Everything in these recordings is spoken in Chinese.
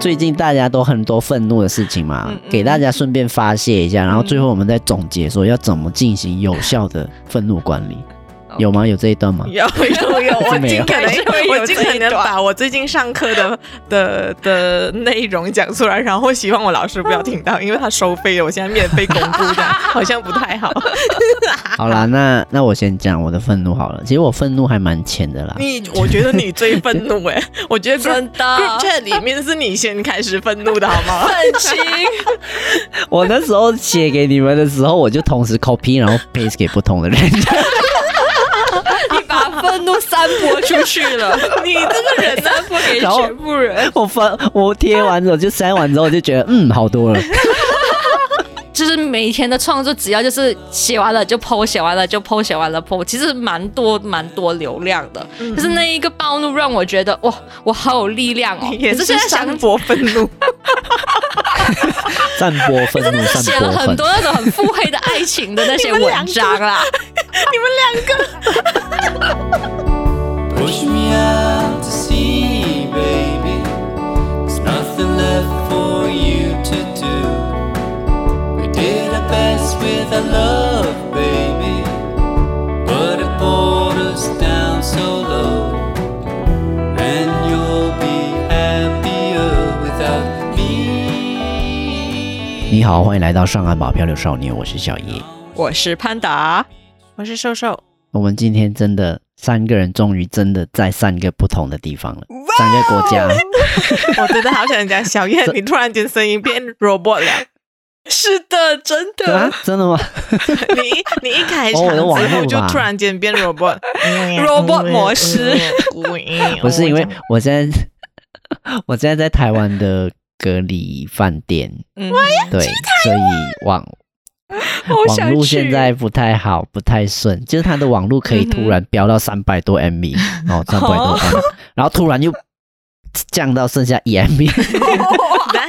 最近大家都很多愤怒的事情嘛，嗯嗯给大家顺便发泄一下，然后最后我们再总结说要怎么进行有效的愤怒管理，有吗？有这一 段吗？有有有，我没有尽可能还是会有我尽可这一能段把我最近上课的的的内容讲出来，然后希望我老师不要听到，因为他收费了，我现在免费公布 的，好像不太好。好啦，那那我先讲我的愤怒好了。其实我愤怒还蛮浅的啦，你，我觉得你最愤怒哎、我觉得 group, 真的 group chat 里面是你先开始愤怒的好吗？愤青， 我那时候写给你们的时候，我就同时 copy 然后 paste 给不同的人， 你把愤怒散播出去了， 你这个 人散播给然后全部人。我发我贴完之后就删完之后就觉得嗯好多了，就是每天的创作，只要就是写完了就剖，写完了就剖，写完了剖，其实蛮多蛮多流量的。就是那一个暴怒让我觉得哇，我好有力量 哦。也可是是现在想散播愤怒，散播愤怒， 写散了播很愤多。那种很腹黑的爱情的那 些文章啊啦。 Push me out to sea, baby. There's nothing left for you to do. We did our best with our love, baby. But it brought us down so low. And you'll be happier without me. 你好，欢迎来到上岸吧漂流少年，我是小叶。我是潘达，我是瘦瘦，我们今天真的三个人终于真的在三个不同的地方了，三个国家。我真的好想讲小燕，你突然间声音变 robot 了。 是的，真啊。，真的吗？你一你一开场哦我的之网路后就吧突然间变 robot Robot 模式，不是因为我现在 我现在在台湾的隔离饭店，嗯对，所以网好想网去络现在不太好，不太顺，就是它的网络可以突然飙到三百多 MB，、哦，三百多 MB，然后突然又降到剩下一 MB，然后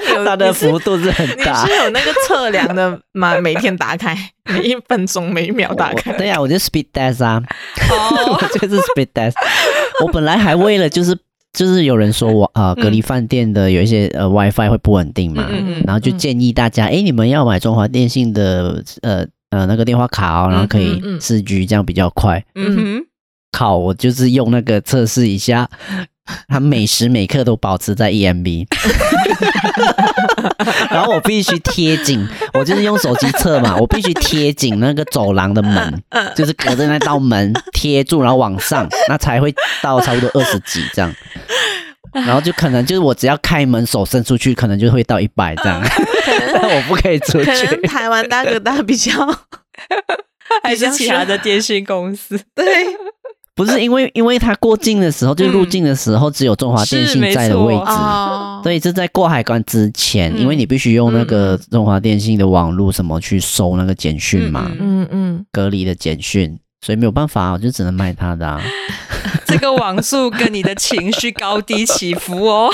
你 有它的哦你是幅度是很你大是。有那个测量的吗？每天打开，每一分钟每秒打我开。哦对呀、我就 speed test 啊， 我就是 speed test。我本来还为了就是就是有人说我呃隔离饭店的有一些呃 WiFi 会不稳定嘛，嗯嗯嗯嗯然后就建议大家，哎、你们要买中华电信的呃呃那个电话卡哦，然后可以嗯嗯嗯四 G 这样比较快。嗯靠，我就是用那个测试一下，它每时每刻都保持在 EMB，然后我必须贴紧，我就是用手机测嘛，我必须贴紧那个走廊的门，就是隔着那道门贴住，然后往上，那才会到差不多二十几这样。然后就可能就是我只要开门手伸出去，可能就会到一百这样，嗯 我不可以出哼，可去能。台湾大哥大比较还是其他的电信公司？对，不是因为因为他过境的时候，就是入境的时候只有中华电是信没在的位错置，哦，嗯所以是在过海关之前，嗯因为你必须用那个中华电信的网络什么去收那个简讯嘛，嗯嗯嗯，隔离的简讯，所以没有办法，我就只能卖他的、啊。 这个网速跟你的情绪高低起伏 哦。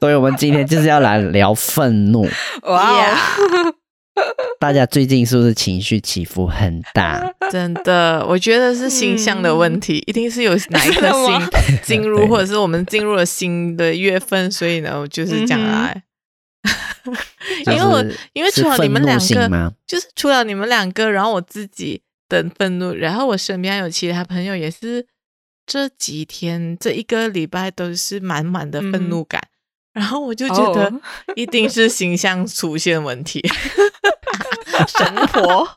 所以我们今天就是要来聊愤怒， 哇、哦，大家最近是不是情绪起伏很大？真的，我觉得是星象的问题，一定是有哪 一真颗的吗星进入，对或者是我们进入了新的月份，所以呢，我就是这样来。 因为我就是因为是除了你们愤两怒性个吗，就是除了你们两个，然后我自己的愤怒，然后我身边还有其他朋友也是这几天这一个礼拜都是满满的愤怒感，然后我就觉得哦一定是形象出现问 题，神婆，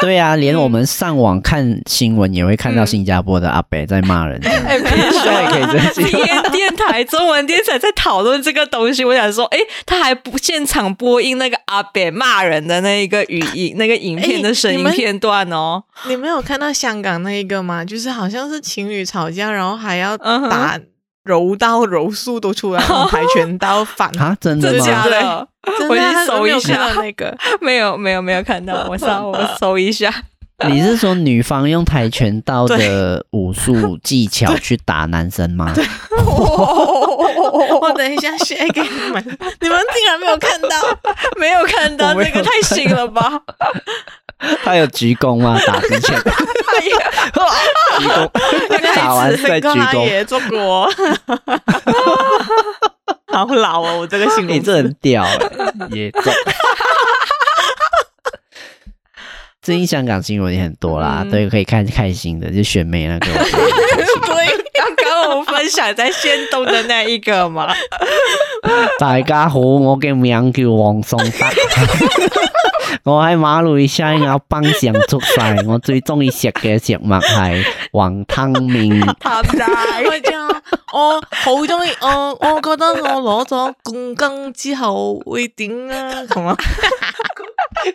对 啊，连我们上网看新闻也会看到新加坡的阿北在骂人这样。哎，别希望也可以 说珍惜，PN 电台、中文电台在讨论这个东西，我想说，哎，他还不现场播音那个阿北骂人的那一个语音、那个影片的声你音们片段哦。你没有看到香港那一个吗？就是好像是情侣吵架，然后还要嗯哼打柔道、柔术都出来，那种跆拳 道反啊，真的 真吗？假的？真我去的啊，搜你没有一下看到那个， 没有，没有，没有看到。我上我搜一下， 你是说女方用跆拳道的武术技巧去打男生吗？ 我等一下 share 给你们，你们竟然没有 看到。没有看到，我没这有个太新了吧？他有鞠躬吗？打之前哎呀鞠躬，打完再鞠他躬。也做过， 好老哦，我这个形你容 这词很屌、欸，也中。最近香港新闻也很多啦，嗯对，可以看开心的，就选美那个我觉得很开心。对，刚刚我们分享在仙东的那一个嘛，大家好，我嘅名叫黃宋德，我喺馬來西亞邦上出世，我最中意食嘅食物係雲吞麵。咪就我哦好中意我，我覺得我攞咗冠軍之後會點啊？同啊，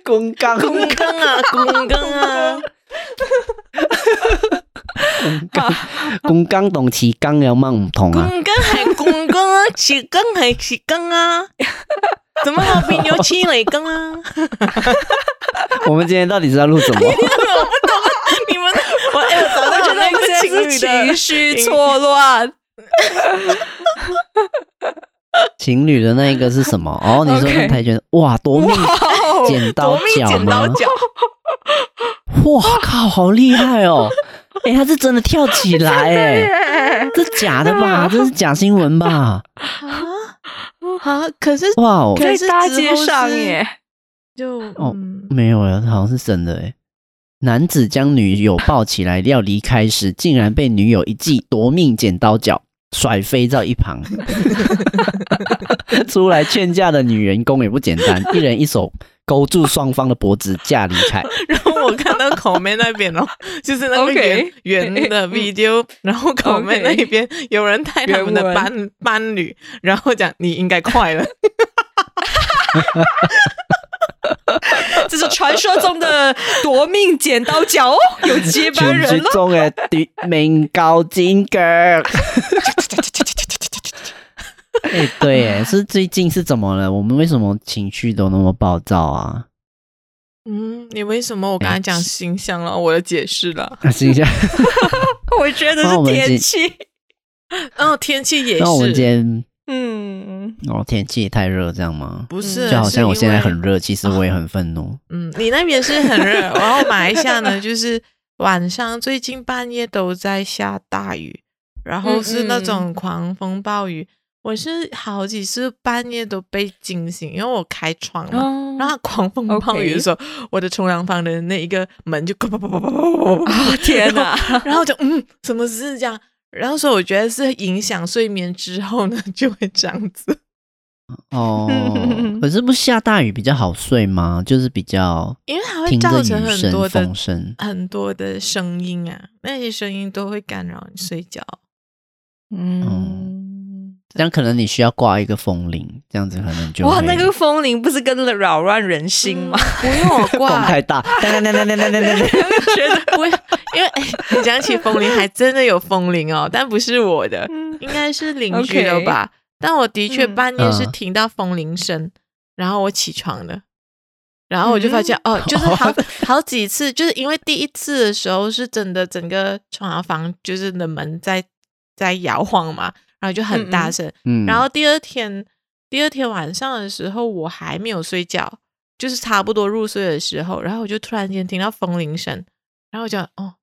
公公冠軍啊，冠軍啊，公公同匙羹有乜唔同啊冠？軍係冠軍啊，匙羹係匙羹啊，怎麼我變咗黐嚟羹啊？我們今天到底是要錄什麼？我不懂啊，你們我哎，我早我上觉觉得得这个是情情绪绪错乱。情侶的那一個是什麼？哦，你说 OK 跟跆拳哇，奪命哦剪刀夺命脚剪刀吗？脚，哇靠，好厲害哦！ 哎、他是真的跳起來 哎、这假的吧？这是假新闻吧？啊！可是哇哦！可在是大之街后上是耶，就哦嗯没有了，好像是真的诶。男子将女友抱起来要离开时，竟然被女友一记夺命剪刀脚甩飞到一旁。 出来劝架的女员工也不简单，一人一手勾住双方的脖子架离 开。然后我看到口妹那边哦，就是那个 OK 圆圆的 video，然后口妹那 OK 一边有人带他们的原文伴伴侣，然后讲你应该快 了， 这是传说中的夺命剪刀脚哦，有接班啊全剧 人了。终诶，夺命高金脚。 哎、对诶，是最近是怎么了？我们为什么情绪都那么暴躁啊？嗯，你为什么我刚才讲形象了？我的解释了，啊，等一下。我觉得那我们是天今气，哦，天气也那我们今是，天嗯，哦，天气也太热，这样吗？不是，就好像我是现因在为很，热，其实我也很愤怒。 嗯，你那边是很热，然后马来西亚呢，就是晚上最近半夜都在下大雨，然后是那嗯嗯种狂风暴雨。我是好几次半夜都被惊醒，因为我开窗嘛， 哦然后狂风暴雨的时候我的冲凉房的那一个门就啪啪啪啪啪啪啪啪啊天 哪！然后就嗯，什么事这样？然后说我觉得是影响睡眠之后呢，就会这样子。哦， 可是不下大雨比较好睡吗？就是比较因为它会听着造雨成很多声、的风声。很多的声音啊，那些声音都会干扰你睡觉。嗯，这样可能你需要挂一个风铃，这样子可能就哇，会那个风铃不是更扰乱人心吗？嗯不用 我风挂，太大，噔噔噔噔噔噔噔噔噔觉得 不会，因为、哎你讲起风铃，还真的有风铃哦，但不是我的，应该是邻居 的吧。但我的确嗯半夜是嗯听到风铃声，然后我起床了，然后我就发现、嗯哦，就是 好好几次，就是因为第一次的时候是真的整个床房就是的门在在摇晃嘛，然后就很大声，嗯，然后第二天，第二天晚上的时候，我还没有睡觉，就是差不多入睡的时候，然后我就突然间听到风铃声，然后我就哦，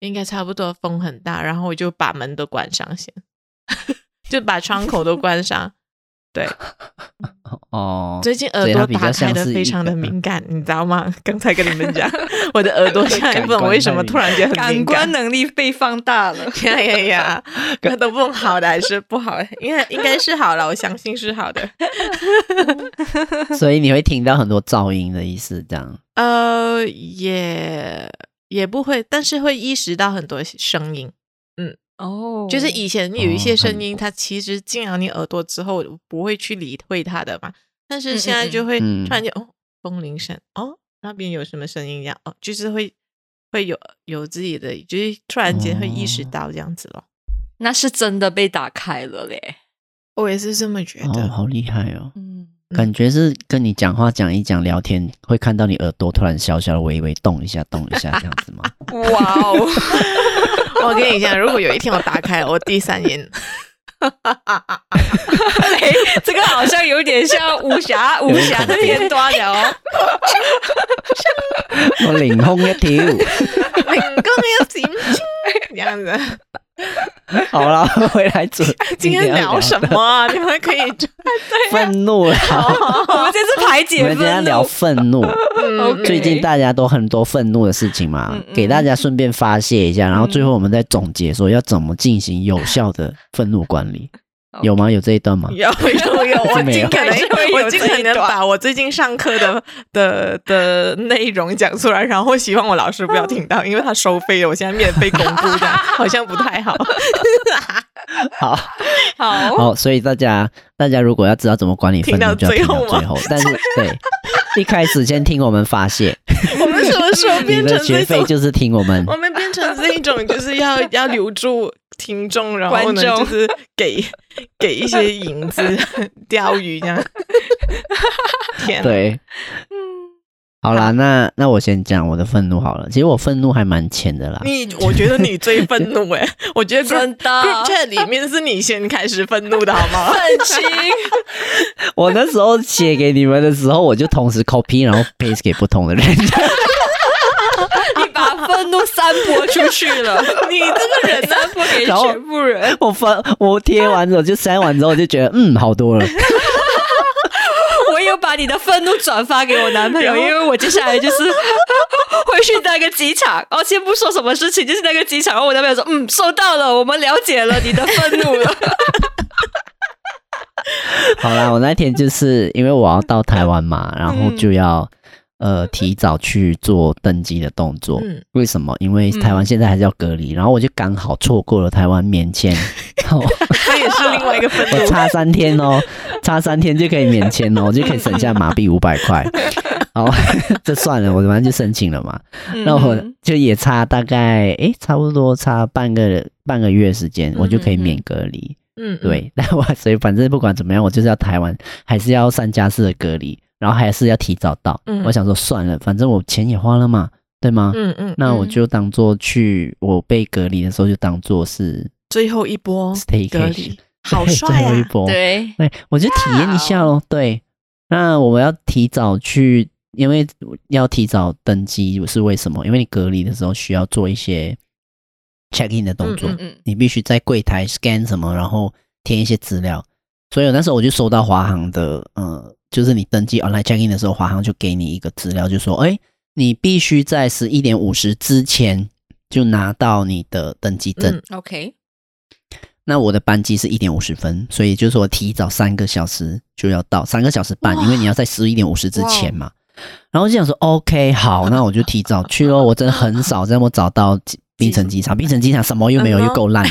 应该差不多风很大，然后我就把门都关上先， 就把窗口都 关上。对，哦，最近耳所以朵它比打较开像的是非一常个的敏感，你知道吗？ 刚才跟你 们讲，我的耳朵现在不懂为什么突然间很感敏官 感。能力被放大了。呀呀呀！那都不好的还是不好的？应该应该是好了，我相信是好的。所以你会听到很多噪音的意思，这样。呃，也也不会，但是会意识到很多声音。哦就是以前有一些哦声很音，它其实进了你耳朵之后，不会去理会它的嘛。但嗯是嗯现在就会嗯突然间，哦，风铃声，哦，那边有什么声音一样，哦，就是会会有有自己的，就是突然间会意识哦到这样子咯。那是真的被打开了嘞。我也是这么觉哦，得。 好厉害哦！嗯，感觉是跟你讲话讲一讲聊天，会看到你耳朵突然小小的微微动一下动一下这样 子吗？哇哦， 我跟你讲，如果有一天我打开了我第三眼，雷，哎这个好像有点像武 侠武侠的片段了哦。我灵空一跳。灵光一闪，这样子。好了， 回来主，今天聊什的？么啊？你们 可以就 愤怒啦！哦 我们这次排我解们今天愤聊怒。愤怒。嗯 OK 最近大家都很多愤怒的事情嘛，嗯嗯给大家顺便发泄一下，然后最后我们再总结说要怎么进行有效的愤怒管理， OK 有吗？有这一段 吗？有有有， 我是没尽有可能还是会有我尽这可一能段把我最近上课的的的内容讲出来，然后希望我老师不 要听到，因为他收费了，我现在免费公布的， 好像不太好。好，好，好，所以大家大家如果要知道怎么管理愤听怒，到就要听到最后吗最后。但是 对，一开始先听我们发泄，我们什么时候你变成的学这费种？就是听我们我们变成这一种，就是要要留住听众，然后呢，观众就是给给一些银 子，钓鱼这 样。天哪，对。嗯好啦，那那我先讲我的愤怒好了。其实我愤怒还蛮浅的啦，你我觉得你最愤怒哎，我觉得 group- 真的 group chat 里面是你先开始愤怒的好 吗？愤青，我那时候写给你们的时候，我就同时 copy 然后 paste 给不同的人， 你把愤怒散播出去了， 你这个人散播给然后全部人。我发我贴完之后就删完之后，我就觉得嗯好多了。我有把你的愤怒转发给我男朋友，然后因为我接下来 就是回去那个机场。哦，先不说什么事情，就是那个机场。然后我男朋友说：“嗯，收到了，我们了解了你的愤怒了。好啦，我那天就是因为我要到台湾嘛，然后就要呃提早去做登机的动作。嗯为什么？因为台湾现在还是要隔离，然后我就刚好错过了台湾免签，然后这也是另外一 个愤我怒。差三天哦，差三天就可以免签哦，我就可以省下马币五百块。好， 这算了，我反正就申请了嘛。”那嗯我就也差大概诶，差不多差半个半个月时间，我就可以免隔离。嗯，嗯，对， 但我所以反正不管怎么样，我就是要台湾，还是要三加四的隔离，然后还是要提早到。嗯我想说算了，反正我钱也花了嘛，对吗？嗯嗯，那我就当做去我被隔离的时候，就当做是最后一波 staycation，哦隔离，好对帅最后一啊！波， 对，对，我就体验一下哦咯。对，那我们要提早去，因为要提早登机是为什么？因为你隔离的时候需要做一些 check in 的动作，嗯嗯，你必须在柜台 scan 什么，然后填一些资料。所以我那时候我就收到华航的，呃，就是你登机 online check in 的时候，华航就给你一个资料，就说，哎，你必须在十一点五十之前就拿到你的登机证。嗯 OK，那我的班机是一点五十分，所以就是我提早三个小时就要到，三个小时半，哇因为你要在十一点五十之哦前嘛。然后就想说，OK，好，那我就提早去咯。我真的很少这么早到机槟城机场，槟城机场什么又没有，嗯哼又够烂 的，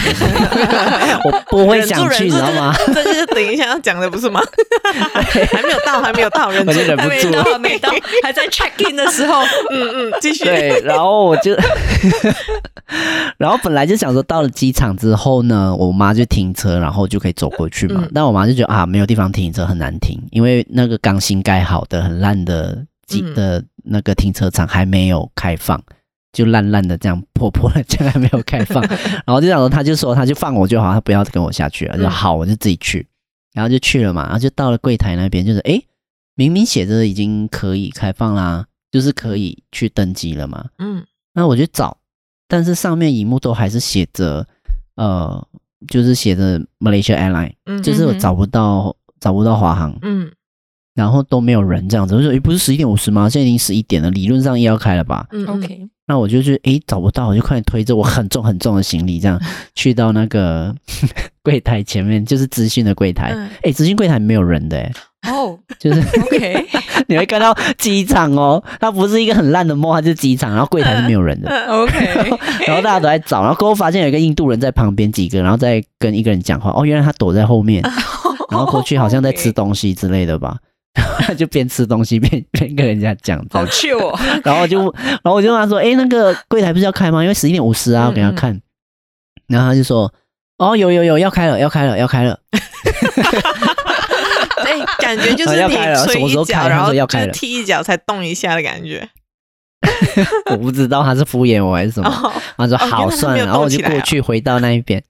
我不会想去，你知忍住道吗？？忍住这就是等一下要讲的，不 是吗？还没有到，还没有到，忍住我就，忍还不没住到，还没到，还在 check in 的时候，嗯嗯，继续。对，然后我就， 然后本来就想说到了机场之后呢，我妈就停车，然后就可以走过去嘛。嗯但我妈就觉得啊，没有地方停车很难停，因为那个刚新盖好的很烂的机嗯的那个停车场还没有开放。就烂烂的这样破破的，这样还没有开 放，然后就想说，他就说他就放我就好，他不要跟我下去了，就嗯好，我就自己去，然后就去了嘛，然后就到了柜台那边，就是诶，明明写着已经可以开放啦，就是可以去登机了嘛，嗯，那我去找，但是上面荧幕都还是写着，呃，就是写着 Malaysia Airline，嗯就是我找不到找不到华航，嗯然后都没有人这样子。我就说，诶，不是十一点五十吗？现在已经十一点了，理论上也要开了吧？嗯 OK，那我就去，诶，找不到，我就快点推着我很重很重的行李，这样去到那个 柜台前面，就是资讯的柜台。嗯诶，资讯柜台没有人的、诶哦就是 ，OK，你会看到机场哦，它不是一个很烂的梦，它就是机场，然后柜台是没有人的。嗯哦 OK， 然后大家都在找，然后过后发现有一个印度人在旁边几个，然后在跟一个人讲话。哦，原来他躲在后面， 然后过去好像在吃东西之类的吧。然后就边吃东西边边跟人家讲，这好样 chill 哦，然后我就然后我就问他说：“诶，那个柜台不是要开吗？因为十一点五十啊，我给他看。然后他就说：“哦，有有有，要开了，要开了，要开了。哎，感觉就是哦要你开了吹什么时一候脚，开然他后说要就开是了踢一脚才动一下的感觉。”我不知道他是敷衍我还是什么。哦，他说哦好原来他算没了，有然后我就动起来过啊去回到那一边。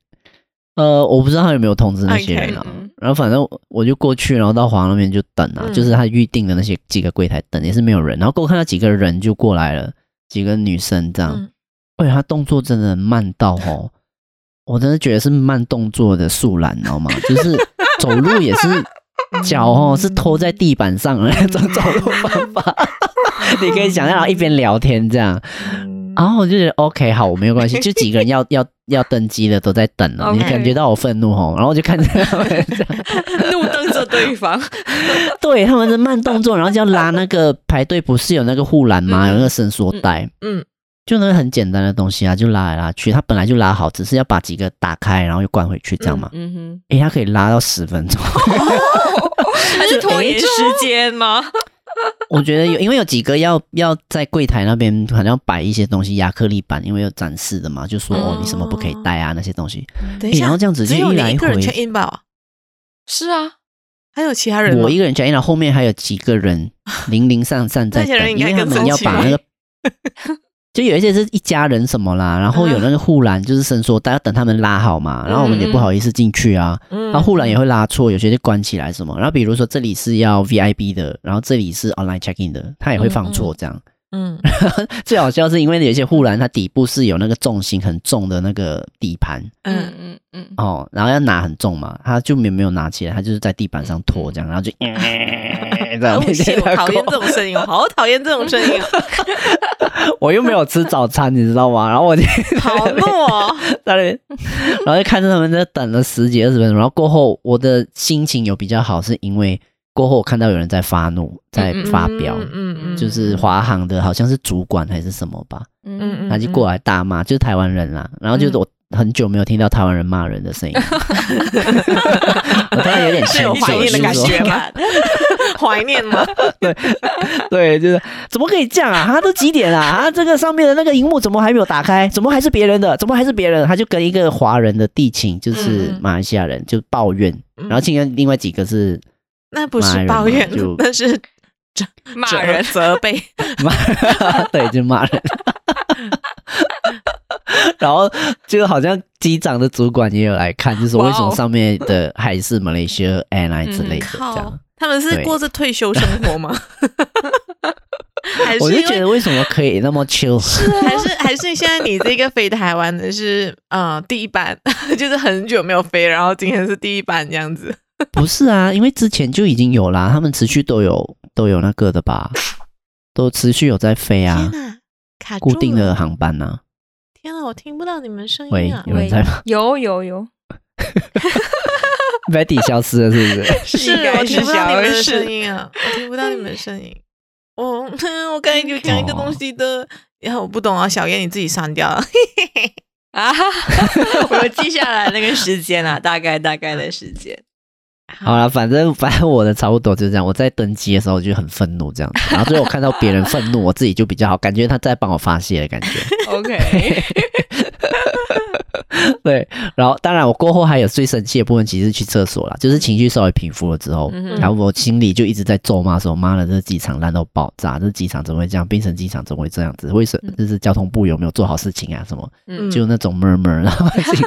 呃，我不知道他有没有通知那些人啊 OK，嗯然后反正我我就过去，然后到黄那边就等啊，嗯就是他预定的那些几个柜台等也是没有人，然后过后看到几个人就过来了，几个女生这样，嗯哎，他动作真的慢到哦，我真的觉得是慢动作的树懒，你知道吗？就是走路也是脚哦，是拖在地板上的那种走路方 法。你可以想象一边聊天这样，嗯然后我就觉得 OK 好，我没有关系，就几个人 要要要登机的都在等了，你 OK 感觉到我愤怒哦吼，然后我就看着他们 这样，怒瞪着对方，对他们是慢动作，然后就要拉那个排队不是有那个护栏吗？嗯有那个伸缩带，嗯，就那个很简单的东西啊，就拉来拉去，他本来就拉好，只是要把几个打开，然后又关回去这样嘛。嗯哼，诶，他可以拉到十分钟， 还哎是拖延诶时间吗？我觉得 有，因为有几个要要在柜台那边好像摆一些东西，亚克力板，因为有展示的嘛，就说哦哦你什么不可以带啊那些东西。等一诶下，然后这样子就只有一你来一个人回 check in 吧，是啊，还有其他人吗？我一个人 check in，然后后面还有几个 人零零散散在那些人等，应因该为他更们要生气把那个。 就有一些是一家人什么啦，然嗯后有那个护栏就是伸缩带，要等他们拉好嘛，然后我们也不好意思进去啊，嗯，然后护栏也会拉错，有些就关起来什么。然后比如说这里是要 VIP 的，然后这里是 online check in 的，它也会放错这样。嗯，最好笑是因为有些护栏它底部是有那个重心很重的那个底盘嗯 嗯嗯嗯，哦，然后要拿很重嘛，它就没没有拿起来，它就是在地板上嗯拖这样，然 后就这哦样面 对谢谢我它讨厌过。这种声音，我好讨厌这种声音哦，我又没有吃早餐，你知道吗？然后我就 好怒哦！在那 边，然后就看着他们在等了十几二十分钟，然后过后我的心情有比较好，是因为过后我看到有人在发怒，在发飙。嗯嗯嗯，就是华航的，好像是主管还是什么吧，嗯他就过来大骂，就是台湾人啦。然后嗯就是我很久没有听到台湾人骂人的声音， 我突然有点是愧有怀念的感觉 吗？怀念吗？对，就是怎么可以这样啊？他都几点了啊？这个上面的那个荧幕怎么还没有打开？怎么还是别人的？怎么还是别人的？他就跟一个华人的地勤，就是嗯马来西亚人，就抱怨，然后竟然另外几个是那不骂是人嘛抱怨就， 那是骂人责责备。骂， 对，就骂人。然后就好像机长的主管也有来看，就是为什哇么哦上面的还是马来西亚 airline 之类的这嗯靠样。，他们是对过着退休生活吗？还我是就因觉为得为什么可以那么 chill？ 还是啊还是现在你这个飞台湾的是呃第一班，就是很久没有飞，然后今天是第一班这样子。不是啊，因为之前就已经有啦，他们持续都有都有那个的吧，都持续有在飞啊天，哪，卡住固定的了！航班呐、天哪，我听不到你们声喂音啊，！有人在吗？有有有， b e t t y 消失了是不是？ 是应该我听是不到你们的小声事音啊，我听不到你们的嗯声音。我 我刚才有讲一个哦东西的，然后我不懂啊，小燕你自己删掉了。啊， 我有记下来那个时间啊，大概大概的时间。好了，反正 反正我的差不多就这样。我在登机的时候我就很愤怒这 样子，然后最后我看到别人愤怒，我自己就比较好，感觉他在帮我发泄的感 觉。 OK，对，然后当然我过后还有最生气的部分，其实是去厕所啦，就是情绪稍微平复了之后，嗯然后我心里就一直在咒骂说：“妈的，这机场烂到爆炸，这机场怎么会这样？槟城机场怎么会这样子？为什么？就是交通部有没有做好事情啊？什么？嗯就那种 murmur，然后心里，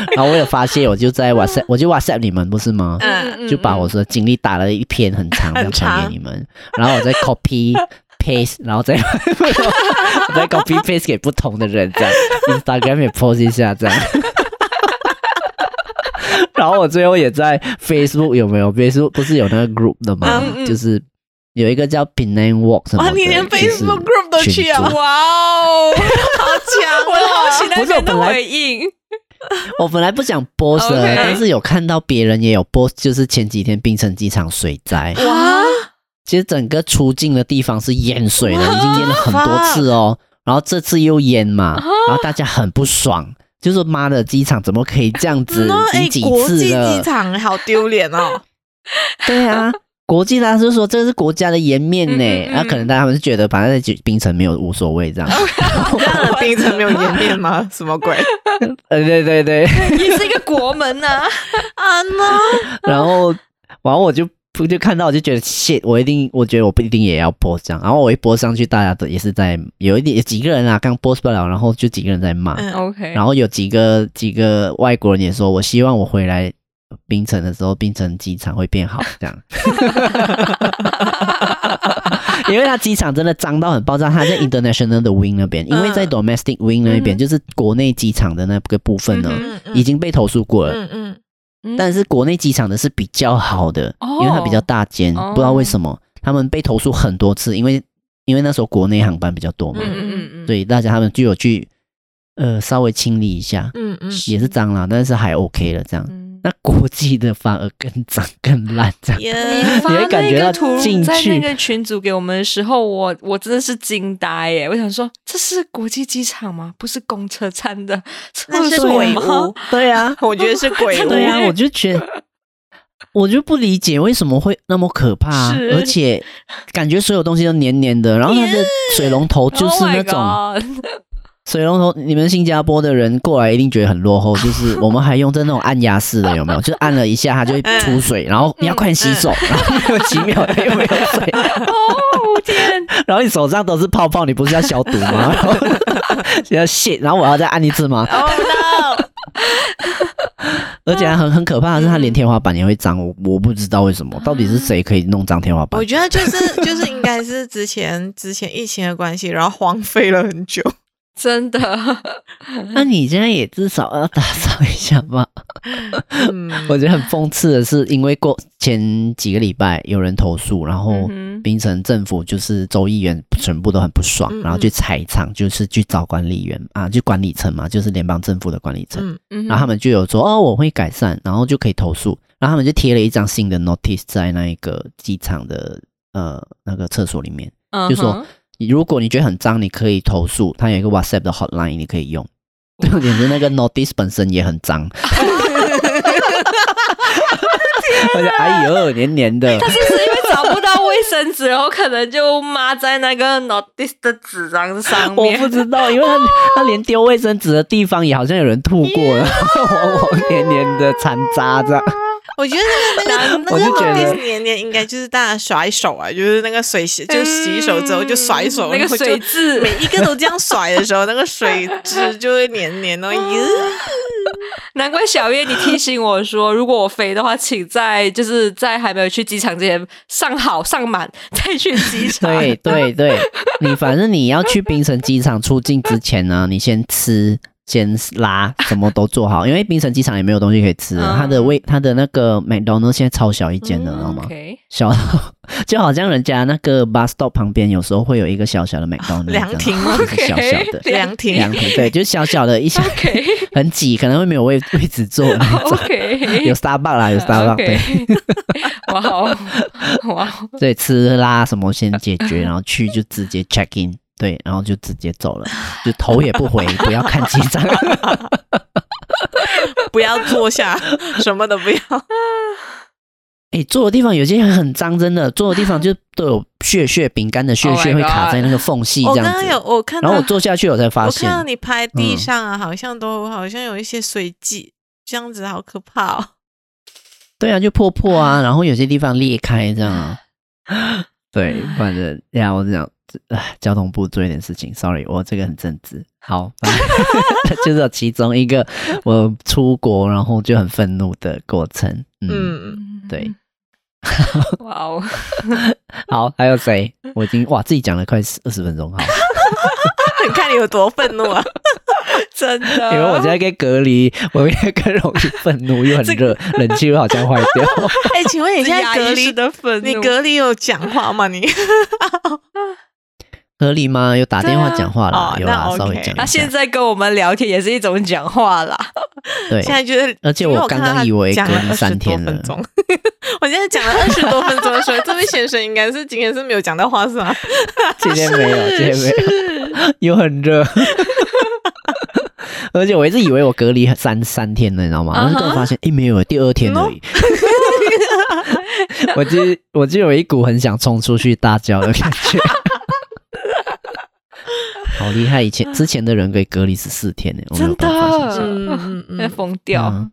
然后为了发泄，我就在 WhatsApp，我就 WhatsApp 你们不是吗？嗯，就把我说的经历打了一篇很长，这样传给你们，然后我再 copy paste，然后再 我再 copy paste 给不同的人，这样 Instagram 也 post 一下这样。 然后我最后也在 Facebook 有没有 Facebook 不是有那个 group 的吗？嗯嗯就是有一个叫 Penang Walk 什么哇，的，哦你连就是 Facebook group 都去啊！群组哇哦，好强！我好奇那不是我边的本来回应。 我本来不想 post 的 OK 但是有看到别人也有 post，就是前几天槟城机场水灾，哦哇，其实整个出境的地方是淹水的，已经淹了很多次 哦。然后这次又淹嘛，啊然后大家很不爽，就说妈的，机场怎么可以这样 子？那哎已，经几国际次机了？场好丢脸 哦！对 啊，国际大家就说这是国家的颜面嗯呢。嗯嗯那可能大家们是觉得反正在冰城没有无所谓这样。哦当然，冰城没有颜 面吗？什么鬼呃， 对对对， 也是一个国门呐、啊？那 然后然后我就。我就看到，我就觉得 shit，我一定，我觉得我不一定也要播这样。然后我一播上去，大家都也是在有一点有几个人啊，刚播不了，然后就几个人在骂。嗯 OK，然后有几个几个外国人也说，我希望我回来槟 城的时候，槟城机场会变好，这样。因为它机场真的脏到很爆炸，它在 international 的 wing 那边，因为在嗯 domestic wing 那边，就是国内机场的那个部分呢，嗯嗯已经被投诉过了。嗯嗯，但是国内机场的是比较好的，哦因为它比较大间，哦不知道为什么他们被投诉很多次，因为因为那时候国内航班比较多嘛，嗯嗯嗯，所以大家他们就有去呃稍微清理一下，嗯嗯，也是脏了，但是还 OK 了这样。嗯，那国际的反而更脏更烂这样。呃你 耶，发你会感觉那到个图进在去那个群组给我们的时候，我我真的是惊呆耶！我想说，这是国际机场吗？不是公车站的 那厕是所鬼吗 屋？，对啊，我觉得是鬼屋，哦 对啊啊呀、我就觉得，我就不理解为什么会那么可怕、啊是而且感觉所有东西都黏黏的，然 后它的水龙头就是 Oh my 那种、 God 水龙头，你们新加坡的人过来一定觉得很落 后，就是我们还用在那种按压式的，有没有？就是按了一下它就会出嗯水，然后你要快点洗手，然后莫名其妙哎又没有 水， 哦天，然后你手上都是泡泡，你不是要消毒吗？ 然后要卸，然后我要再按一次吗？哦 no，而且还嗯很很可怕的是，它连天花板也会脏，我我不知道为什么，到底是谁可以弄脏天花板我？觉得就是 就是应该是之前之前疫情的关系，然后荒废了 很久。 真的，那你现在也至少要打扫一下吧。嗯，我觉得很讽刺的是，因为过前几个礼拜有人投诉，然后嗯哼槟城政府就是州议员全部都很不爽嗯，然后去踩场，就是去找管理员啊，就管理层嘛，就是联邦政府的管理层。嗯嗯然后他们就有说哦，我会改善，然后就可以投诉。然后他们就贴了一张新的 notice 在那一个机场的呃那个厕所里面，他就嗯说你如果你觉得很脏，你可以投诉，它有一个 WhatsApp 的 hotline 你可以用。重点是那 个 notice 本身也很脏，啊我就哎呦黏黏的，他就是因为找不到卫生纸，然后可能就抹在那个 notice 的纸张上我面。不知道，因 为他他连丢卫生纸的地方也好像有人吐过了，黄黄黏黏的残渣这样。我觉得那个 那个我就觉得那个迪士尼年应该就是大家甩手啊，就是那个水洗，就洗手之后就甩手，嗯 那个然后就水渍， 每一个都这样甩的时候，那个水质就会黏黏的。咦，哦难怪小月你提醒我说，如果我飞的话，请在就是在还没有去机场之前上好上满再去机 场。 对对对，你反正你要去槟城机场出境之前呢，你先吃。先拉什么都做好，因为槟城机场也没有东西可以吃了。嗯它的味，它的那个 McDonald 现在超小一间的，知 道吗？ OK，小到就好像人家那个 bus stop 旁边有时候会有一个小小啊的 McDonald，凉这样亭 吗就是小小 OK，的 凉亭凉亭，对，就是小小的一小 OK 哦很挤，可能会没有位位置坐的那 种。 OK，有 Starbucks 啦，有 Starbucks，对 OK 哇哦哇哦， 对，吃啦什么先解决，然后去就直接 check in，对，然后就直接走了，就头也不回，不要看机 长。不要坐下，什么 都不要。哎，坐的地方有些很脏，真的，坐的地方就都有屑屑，饼干的屑 Oh my 屑会卡 God 在那个缝隙我这刚样刚子。有我看到，然后我坐下去，我才发我现看到你拍地嗯上啊，好像都好像有一些水迹，这样子好可怕哦。对啊，就破破 啊，然后有些地方裂开这样啊。对，反正呀，我是讲，唉交通部做一点事情，sorry，我这个很正直。好，反正 就是有其中一个我出国，然后就很愤怒的过程。嗯，嗯，对，哇 哦，好，还有谁？我已经哇，自己讲了快二十分钟，好， 你 看你有多愤怒啊！真的，因为我现在在隔离，我也更容易愤怒，又很热，冷气又好像坏掉。 哎，请问你现在压隔抑式离，的愤怒，你隔离有讲话吗？你隔离吗？有打电话对啊讲话啦，哦有啦那，稍微 OK 讲他一现下。在跟我们聊天也是一种讲话啦。对，现在就是，而且因为我我看刚到刚他以为讲隔了离三20多天了分。钟， 我现在讲了二十多分钟的时候，这位先生应该是今天是没有讲到话是吗？今天没啊有，今天没有， 又很热。而且我一直以为我隔离三三天了，你知道吗？啊然后突然发现，诶，没有，第二天而哦已。 我就我就有一股很想冲出去大叫的感觉， 好厉害！以啊前之前的人可以隔离十四天呢，我没有办法想象真的嗯嗯要嗯，疯掉。嗯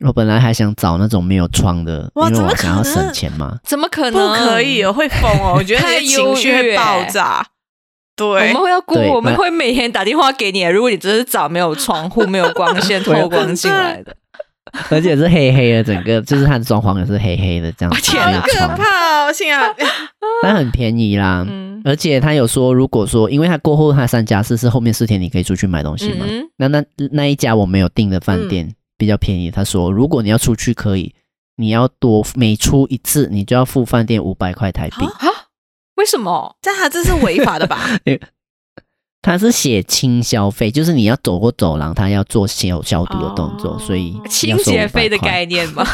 我本来还想找那种没有窗的，因啊哇为怎么我想要可能省钱嘛。怎么可 不能？可以哦，会疯哦，我觉得太你的情绪忧郁会欸爆炸。我对们，会要顾对，我们那会啊每天打电话给你。如果你只是找没有窗户、没有光线、 我要透光进来的， 而且是黑黑的，整个就是它的装潢也是黑黑的这样子，天哪那个可床，怕哦！幸好但很便宜啦。嗯而且他有说，如果说因为他过后他三加四是后面四天你可以出去买东西嘛，嗯那那那一家我没有订的饭店、比较便宜，他说如果你要出去可以，你要多每出一次你就要付饭店五百块台币啊，啊？为什么？但他这是违法的吧？他是写轻消费，就是你要走过走廊，他要做消消毒的动作，哦所以清洁费的概念。念吗？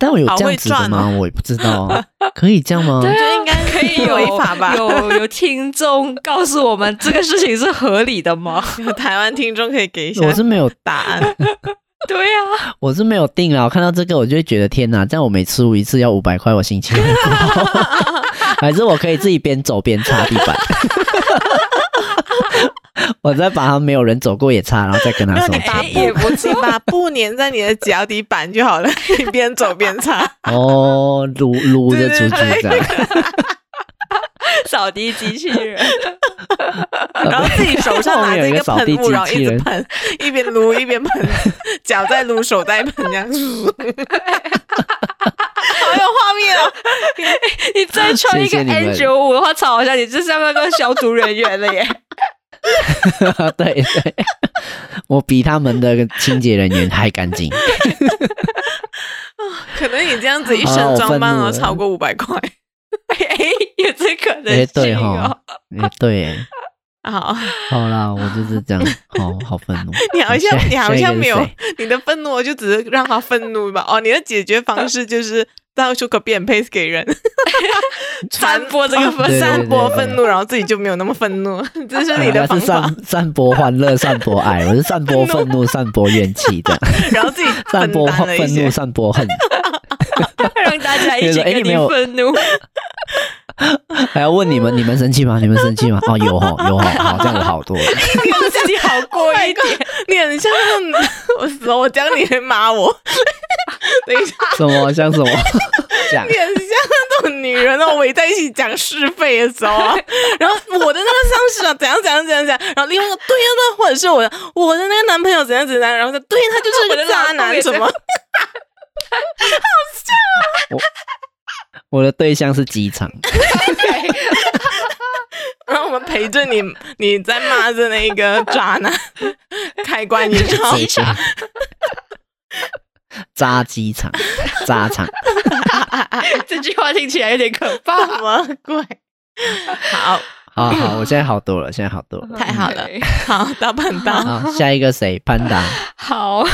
但我有好这会样子的赚吗？我也不知道啊，可以这样吗？就应该可以有违法吧有有听众告诉我们这个事情是合理的吗？有台湾听众可以给一下我是没有，答案。 对啊呀、我是没有订啦。我看到这个，我就会觉得天哪！这样我每吃一次要五百块，我心情很不好。 还是我可以自己边走边擦地板，我再把它没有人走过也擦，然后再跟他没有 说你把哎也不布，你把布粘在你的脚底板就 好了，你边走边擦。哦，撸撸着出去这样。扫地机器人，然后自己手上拿着一个后面有一个扫地机喷器雾，人然后一直喷，一边撸一边喷，脚在 撸，手在喷，这样。好有画面哦！你再穿一个谢谢你们 N 九五的话，超好像你就像那个消毒人员了耶！对 对，我比他们的清洁人员还干净。可能你这样子一好身我装愤扮怒哦，了超过五百块。哎，有这可能哎，对性哈哦。，哎，对耶，好，好啦，我就是这样，好好愤怒。 你好像下你好下一个像是没有谁你的愤怒，就只是让他愤怒吧。哦，你的解决方式就是到处 copy and paste 给人，散播这个愤对散播愤怒，然后自己就没有那么愤怒，这是你的我方哎是法散。 散播欢乐，散播爱，我是散播愤怒，散播怨气 的，然后自己散分播担了一愤些怒，。散播恨， 让大家一就起是哎你跟你没有愤 怒。还要问你们，你们生气吗？你们生气吗？哦，有哦，有哦，好，这样我好多 了。让自己好过一 点。你很像那种，我死了，我讲你会骂我。等一下，什么像什么讲你？很像那种女人哦，围在一起讲是非的时候 啊，然后我的那个上司啊，怎样怎样怎样怎样，然后另外一个对呀、那或者是我的我的那个男朋友怎样怎样，然后说对，他就是我个的渣老公男也什这么 样，我的对象是机场，然后我们陪着你，你在骂着那个渣 男，开关一照，机场，渣机场，渣场。这句话听起来有点可怕。什么鬼？好，好好，我现在好多了，现在好多了。太好了 OK，好，大笨啊蛋，好，下一个谁？潘达。好。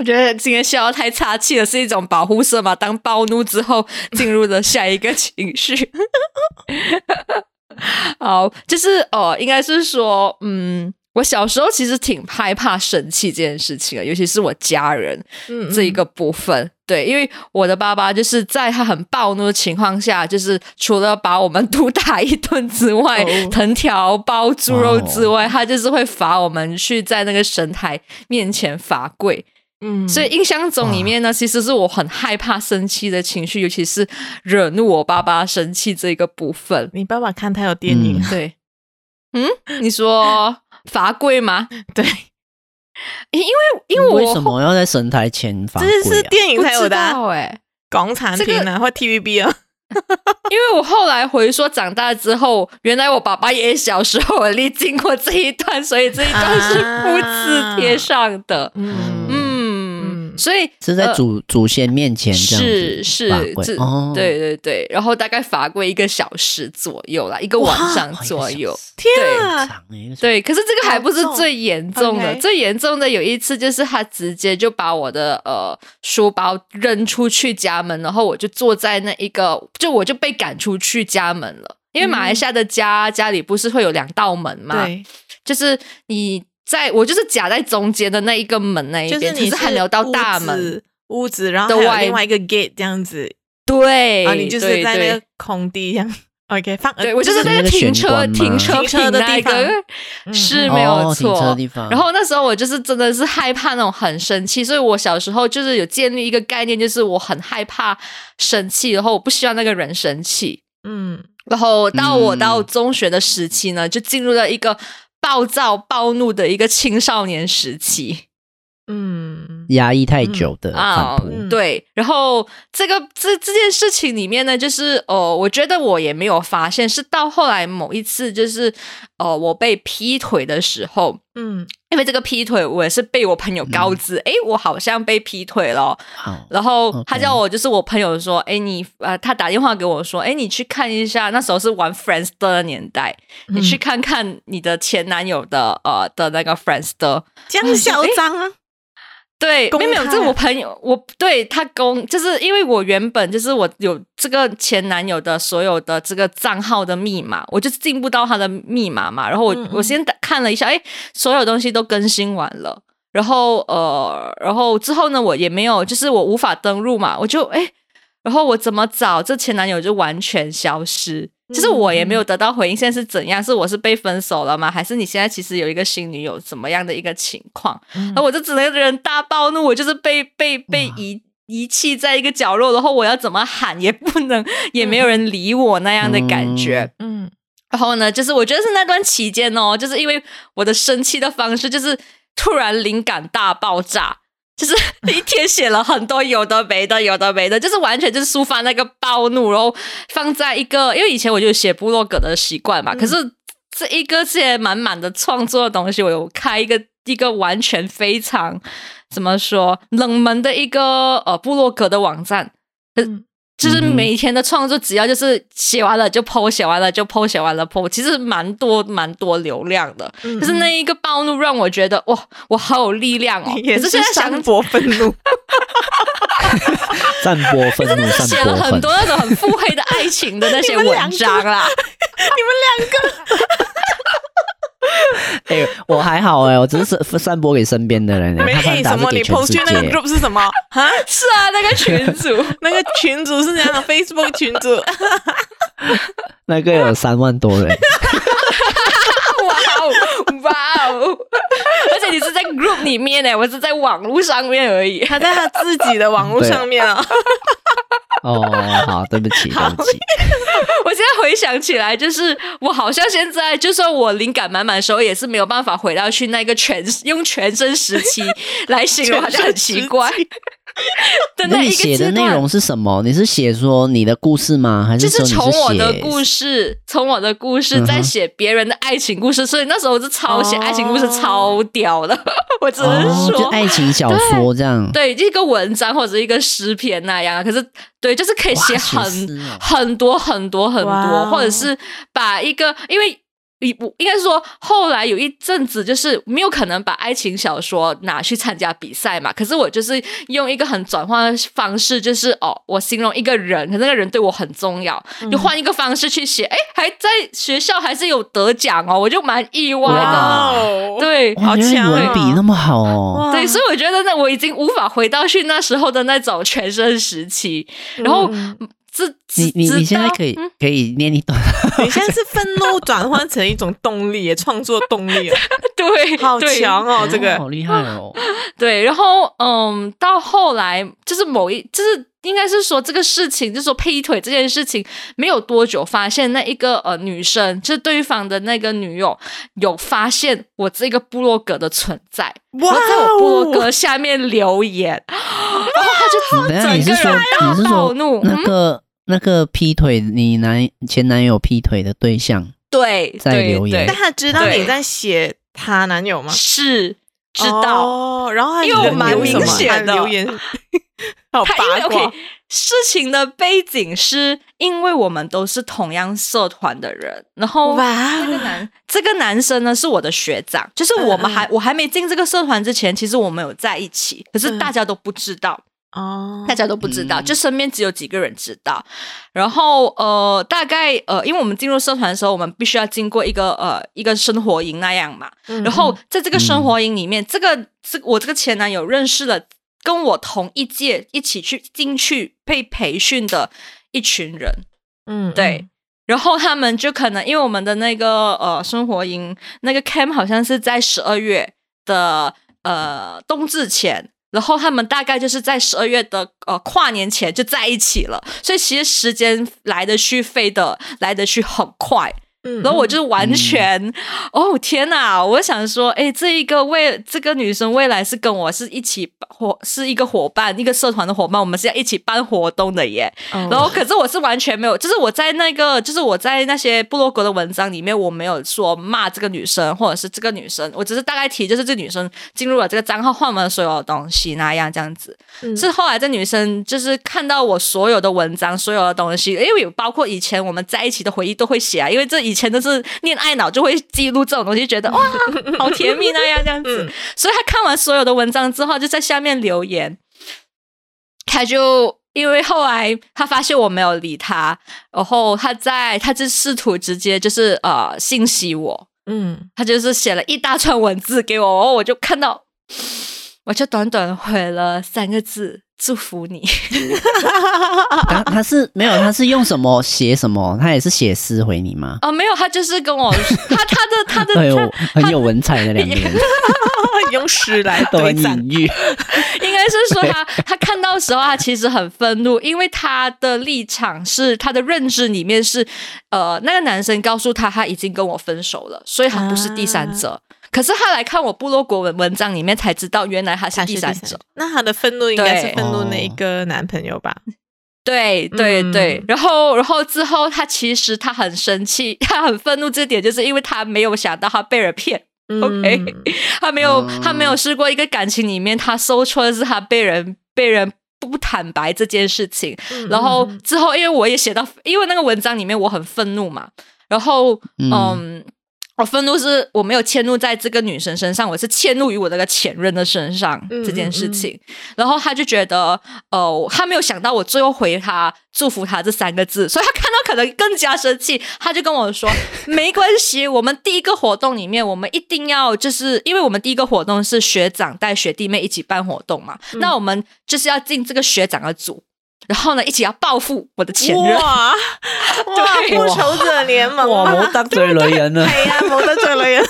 我觉得今天笑得太岔气了，是一种保护色嘛。当暴怒之后， 进入了下一个情绪。 好，就是哦，呃应该是说，嗯，我小时候其实挺害怕生气这件事情的，尤其是我家人。嗯这一个部分。对，因为我的爸爸就是在他很暴怒的情况下，就是除了把我们 毒打一顿之外，哦 藤条包猪肉之外，他就是会罚我们去在那个神台面前罚跪。嗯，所以印象中里面呢，其实是我很害怕生气的情绪，尤其是惹怒我爸爸生气这个部分。你爸爸看他有电影，啊 对，嗯，你说罚跪吗？对，因因为因为我为什么要在神台前罚跪这是啊？电影不才有知的啊道哎、欸港产片啊，或 TVB 啊，因为我后来回说长大之后，原来我爸爸也小时候有历经过这一段，所以这一段是复制贴上的。嗯嗯，嗯所以是在呃祖、祖先面前这样是子是罚跪这、哦，对对对，然后大概罚跪一个小时左右啦，一个晚上哦，左右。天啊！长耶，对，可是这个还不是好重最严重的， OK 最严重的有一次就是他直接就把我的呃书包扔出去家门，然后我就坐在那一个，就我就被赶出去家门了。因为马来西亚的家、家里不是会有两道门嘛，嗯对，就是你在我就是夹在中间的那一个门那一就是边，你可是还聊到大屋门，子，屋子，然后的还有外另外一个 gate 这样子，对，啊，你就是对在对那个空地这样。OK，放呃对我就是是在那个停玄车关吗停车停车的那地一个嗯是嗯没有哦停车错的地方然后那时候我就是真的是害怕那种很生气，所以我小时候就是有建立一个概念，就是我很害怕生气，然后我不希望那个人生气。嗯，然后到我嗯到中学的时期呢，就进入了一个暴躁暴怒的一个青少年时期。嗯压抑太久的啊、反扑，嗯对，然后这个这这件事情里面呢，就是呃，我觉得我也没有发现，是到后来某一次，就是呃，我被劈腿的时候，嗯，因为这个劈腿，我也是被我朋友告知，诶，我好像被劈腿了，好，然后 OK 他叫我，就是我朋友说，哎，你呃，他打电话给我说，哎，你去看一下，那时候是玩 Friends 的年代，嗯你去看看你的前男友的呃的那个 Friends 的，这样嚣哎张啊，对，公没有没有，开这啊我朋友，我对他公，就是因为我原本就是我有这个前男友的所有的这个账号的密码，我就是进不到他的密码嘛。然后我嗯嗯我先打看了一下，哎，所有东西都更新完了。然后呃，然后之后呢，我也没有，就是我无法登录嘛，我就哎，然后我怎么找这前男友就完全消失。其实我也嗯没有得到回应，现在是怎样？是我是被分手了吗？还是你现在其实有一个新女友，怎么样的一个情况？嗯那我就只能人大暴怒，我就是被被被遗遗弃在一个角落，然后我要怎么喊也不能，也没有人理我那样的感觉。嗯然后呢，就是我觉得是那段期间哦，就是因为我的生气的方式就是突然灵感大爆炸。就是 一天写了很多有的没的，有的没的，就是完全就是抒发那个暴怒，然后放在一个，因为以前我就有写部落格的习惯嘛，可是这一个这些满满的创作的东西，我有开一个一个完全非常怎么说冷门的一个呃部落格的网站，嗯就是嗯哼每天的创作，只要就是写完了就 PO，写完了就 PO，写完了 PO，其实蛮多蛮多流量的。嗯就是那一个暴怒让我觉得哇，我好有力量哦！ 也可是是现在想想博愤 怒，散播愤怒，散写播了很愤多怒。那种很腹黑的爱情的那些 你们两文个章啊啦。哎、我还好哎、我只是散散播给身边的人、没欸，他散哎什打是么？给你全跑世去那个界。 group 是什么啊？是啊，那个群 主那个群主是怎 样的 Facebook 群主？那个有三万多人，哇哦，哇哦！而且你是在 group 里面欸呢，我是在网络上面而已。他在他自己的网络上面啊，哦，好，对不 起，对不起，我现在回想起来，就是我好像现在，就算我灵感满满的时候，也是没有办法回到去那个全用全身时期来形容，好像很奇怪的那那一你个写的阶内段。容是什么？你是写说你的故事吗？还就说是你从我的故事？事，从我的故嗯事哼再写别人的爱情故事，所以那时候我是抄写哦爱情故事超屌的，我只能哦，就说。爱情小说这 样。对，一个文章或者一个诗篇那样啊，可是对，就是可以哇写写很诗哦很多很多很哇多哦，或者是把一个因为。一我应该说，后来有一阵子就是没有可能把爱情小说拿去参加比赛嘛。可是我就是用一个很转换的方式，就是哦，我形容一个人，可是那个人对我很重要，嗯就换一个方式去写。哎，还在学校还是有得奖哦，我就蛮意外的。哇哦，对，哇，好原来强文哦笔那么好嗯哦。对，所以我觉得那我已经无法回到去那时候的那种全盛时期。然后嗯这你你你现在可以嗯可以念一段， 你现在是愤怒转换成一种动力耶，创作动力 耶，啊 对，好对强哦，这个好厉害哦。对，然后嗯，到后来就是某一，就是应该是说这个事情，就是说劈腿这件事情，没有多久发现那一个呃女生，就是对方的那个女友有发现我这个部落格的存在，然哇后在我部落哦，格下面留言， 然后他就等一下你是哦整个说人你是大暴说怒，嗯那个那个劈腿你男前男友劈腿的对象对，在对留言对但他知道对你在写她男友吗？是知道。哦，然后他因为我蛮留什么明显的他留言 好他因为八卦 OK，事情的背景是因为我们都是同样社团的人，然后哇哦那哦个男这个男生呢是我的学长，就是我们嗯还、我还没进这个社团之前，其实我们有在一起，可是嗯大家都不知道。哦大，家都不知道，嗯就身边只有几个人知道。然后呃，大概呃，因为我们进入社团的时候，我们必须要经过一个呃一个生活营那样嘛。嗯然后在这个生活营里面，这个这我这个前男友认识了跟我同一届一起去进去被培训的一群人，嗯，嗯对，然后他们就可能因为我们的那个呃生活营那个 camp 好像是在十二月的呃冬至前，然后他们大概就是在十二月的呃跨年前就在一起了，所以其实时间来得去飞的来得去很快，嗯然后我就完全，哦天哪！我想说，哎，这一个未这个女生未来是跟我是一起伙，是一个伙伴，一个社团的伙伴，我们是要一起办活动的耶。嗯然后可是我是完全没有，就是我在那个，就是我在那些部落格的文章里面，我没有说骂这个女生或者是这个女生，我只是大概提就是这女生进入了这个账号换了所有的东西那样这样子。嗯是后来这女生就是看到我所有的文章、所有的东西，因为包括以前我们在一起的回忆都会写啊，因为这以前都是恋爱脑就会记录这种东西，觉得哇好甜蜜那样这样子。所以她看完所有的文章之后，就在下面留言。他就因为后来他发现我没有理他，然后他在他就试图直接就是呃信息我， 嗯他就是写了一大串文字给我，然后我就看到，我就短短回了三个字。祝福你， 啊他他是没有，他是用什么写什么？他也是写诗回你吗？哦，没有，他就是跟我，他他的他的，哎呦他，很有文采的两个人，用诗来 都对 很战，隐喻。应该是说他他看到的时候，他其实很愤怒，因为他的立场是他的认知里面是，呃，那个男生告诉他他已经跟我分手了，所以他不是第三者。可是他来看我部落国文文章里面才知道，原来他是他第是三 第者。。那他的愤怒应该是对愤怒那哦一个男朋友吧？对对嗯对，然后然后之后他其实他很生气，他很愤怒，这点就是因为他没有想到他被人骗。OK 嗯他没有，嗯他没有试过一个感情里面，他受挫的是他被人被人不坦白这件事情。嗯然后嗯之后，因为我也写到，因为那个文章里面我很愤怒嘛，然后嗯嗯我愤怒是我没有迁怒在这个女生身上，我是迁怒于我那个前任的身上嗯这件事情。然后他就觉得，呃，他没有想到我最后回他祝福他这三个字，所以他看到可能更加生气，他就跟我说：“没关系，我们第一个活动里面，我们一定要就是因为我们第一个活动是学长带学弟妹一起办活动嘛，那我们就是要进这个学长的组。”然后呢，一起要报复我的前任，哇哇对复仇者联盟哇，啊我当嘴 雷人了，哎呀，谋得罪了人，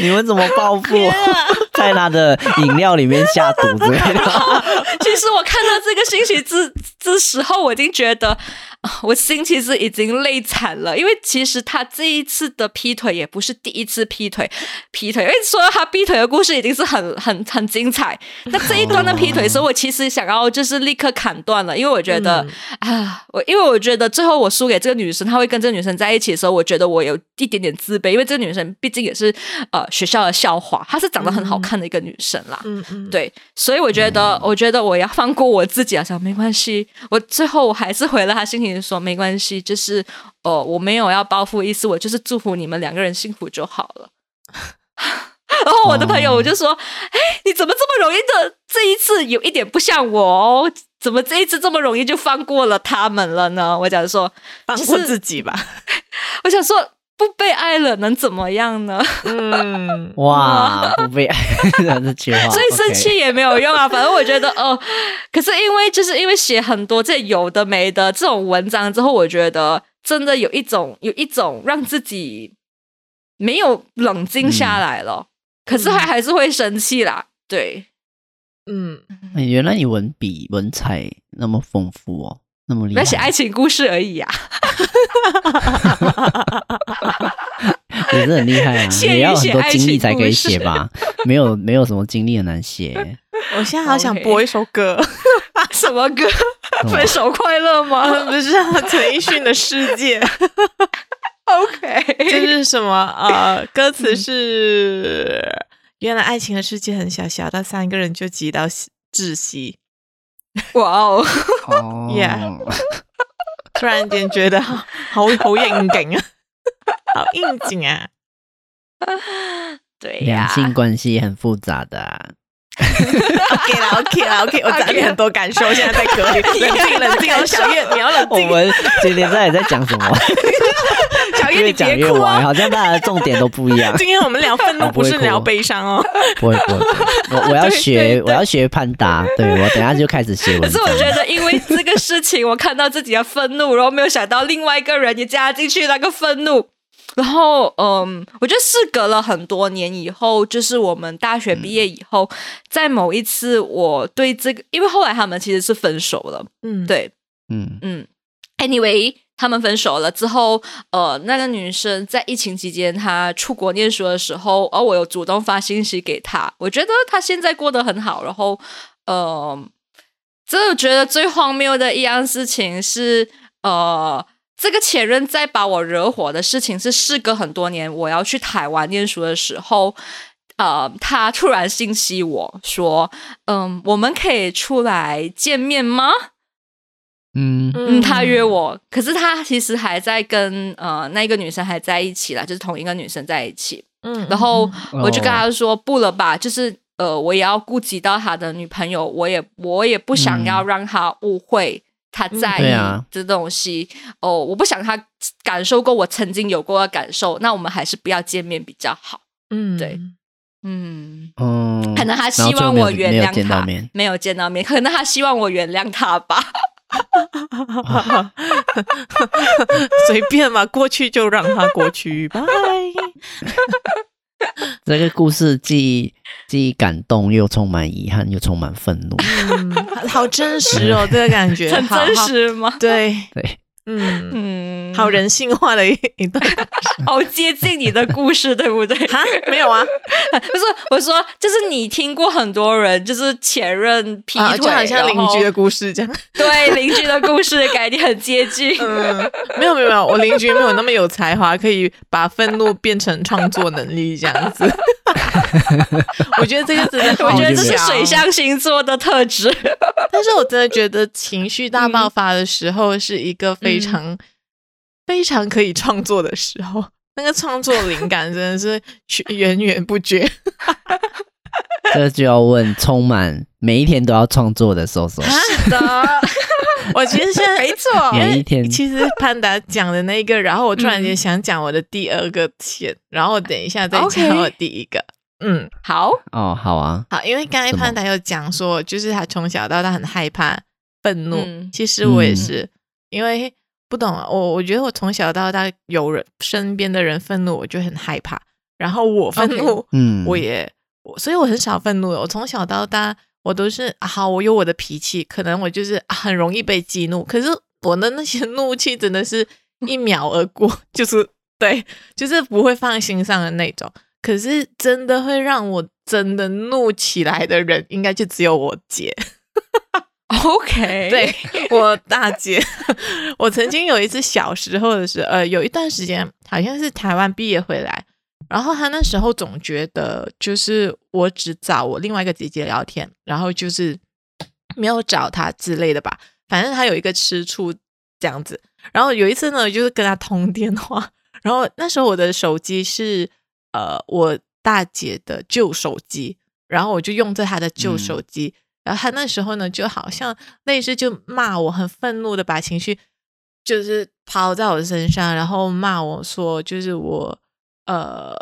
你们怎么报 复？啊 在他的饮料里面下毒之类 的。其实我看到这个信息之之时候，我已经觉得 啊我心其实已经累惨了，因为其实他这一次的劈腿也不是第一次劈腿，劈腿，因为说到他劈腿的故事已经是很很很精彩。那这一段的劈腿，所以我其实想要就是立刻砍断了，因为我觉嗯得、啊，我因为我觉得最后我输给这个女生，她会跟这个女生在一起的时候，我觉得我有一点点自卑，因为这个女生毕竟也是呃学校的校花，她是长得很好看的一个女生啦。嗯嗯，对，所以我觉得，我觉得我要放过我自己啊，想没关系，我最后我还是回了他心情说没关系，就是呃，我没有要报复意思，我就是祝福你们两个人幸福就好了。 然后我的朋友我就说，哎、你怎么这么容易的？这一次有一点不像我哦，怎么这一次这么容易就放过了他们了呢？我想说，放过自己吧。我想说。不被爱了能怎么样呢？嗯，哇，不被 这句话，所以生啊 OK 气也没有用啊。 反正我觉得，哦，可是因为就是因为写很多这有的没的这种文章之后，我觉得真的有一种有一种让自己没有冷静下来嗯了，可是还还是会生气啦。对，嗯，哎原来你文笔文采那么丰富哦，那么厉不害要写。爱情故事而已啊， 也是很厉害啊， 限于也要很写多爱经历情才可以故事 写吧，没有没有什么经历很难写。我现在好想播一首歌， 什么歌？哦 分手快乐 吗不是啊 陈奕迅的《世界》，就？OK，是什么呃，歌词是原来爱情的世界很小，小到三个人就挤到窒息。哇哦，哦 Yeah 突然间觉得好好好应景啊， 好应景啊。对呀、两性关系很复杂的 啊、 OK 啦，OK 啦，OK，我攒了很多感受，现在在隔离， 冷静冷静，我小月你要冷我静，们今天到底在讲什 么？小月越你讲别越哭歪，啊。好像大家的重点都不一 样。今天我们聊愤我怒，不啊不会是聊哭悲伤哦。不会不会，不会我我要学我要学潘 达，对我等下就开始写文可是章我。觉得，因为这个事情，我看到自己的愤怒，然后没有想到另外一个人也加进去那个愤怒。然后，嗯，我觉得事隔了很多年以后，就是我们大学毕业以后，在某一次，我对这个，因为后来他们其实是分手了，嗯，对，嗯，嗯，anyway，他们分手了之后，呃，那个女生在疫情期间她出国念书的时候，而、我有主动发信息给她，我觉得她现在过得很好，然后呃，真的觉得最荒谬的一样事情是，呃，这个前任在把我惹火的事情是，事隔很多年，我要去台湾念书的时候，呃，他突然信息我说，嗯，我们可以出来见面吗？嗯，嗯，他约我，可是他其实还在跟呃那个女生还在一起啦，就是同一个女生在一起。嗯然后嗯我就跟哦他说、不了吧，就是呃，我也要顾及到他的女朋友，我也我也不想要让他误会他在嗯对意啊这东西、哦，我不想他感受过我曾经有过的感受，那我们还是不要见面比较好。嗯对嗯，哦，可能他然后希最后望没有我原没有谅见到他面，没有见到面，可能他希望我原谅他吧。 随便嘛，过去就让它过去，拜。这个故事既既感动又充满遗憾又充满愤 怒，嗯，好真实哦，这个感觉很真，好好实吗？对，对，嗯，嗯，好人性化的一一段 好接近你的故事，对不对？啊，没有啊，不是，我说就是你听过很多人就是前任劈腿，啊，就好像然邻后居的故事这样。 对邻居的故事，感觉很接 近。嗯，没有没有没有，我邻居没有那么有才华，可以把愤怒变成创作能力这样子。我觉得啊这个真的好我强，觉得这是水象星座的特质。但是我真的觉得情绪大爆发的时候是一个非常、非常可以创作的时候，那个创作灵感真的是去源源不绝。 这就要问充满每一天都要创作的搜搜，是的， 我其实 现在没错因为每一天哎其实潘达讲的那个，然后我突然间想讲我的第二个点，然后我等一下再 OK 讲我第一个。嗯，好，哦，好啊，好，因为刚才什么潘达有讲说，就是他从小到大很害怕愤怒。嗯其实我也嗯是，因为不懂啊，我我觉得我从小到大有人身边的人愤怒，我就很害怕。然后我愤 OK 怒嗯，我也我，所以我很少愤怒的。我从小到大，我都是啊好，我有我的脾气，可能我就是啊很容易被激怒。可是我的那些怒气真的是一秒而过， 就是对，就是不会放心上的那种。可是真的会让我真的怒起来的人，应该就只有我姐。 ，OK，对 我大姐， 我曾经有一次小时候的时候，呃，有一段时间好像是台湾毕业回来，然后她那时候总觉得就是我只找我另外一个姐姐聊天，然后就是没有找她之类的吧，反正她有一个吃醋这样子。然后有一次呢，就是跟她通电话，然后那时候我的手机是呃我大姐的旧手机，然后我就用着她的旧手机。然后他那时候呢，就好像类似就骂我，很愤怒的把情绪就是抛在我身上，然后骂我说，就是我呃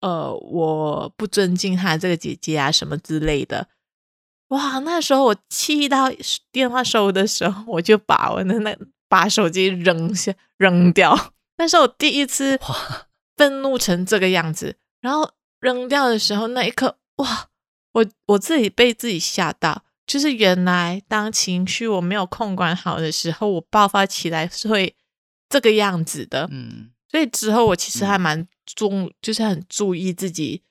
呃，我不尊敬他这个姐姐啊，什么之类的。哇，那时候我气到电话收的时候，我就把我的那把手机扔下扔掉。 那是我第一次 愤怒成这个样子，然后扔掉的时候那一刻，哇！我我自己被自己吓到，就是原来当情绪我没有控管好的时候，我爆发起来是会这个样子的。嗯，所以之后我其实还嗯蛮重，就是很注意自己，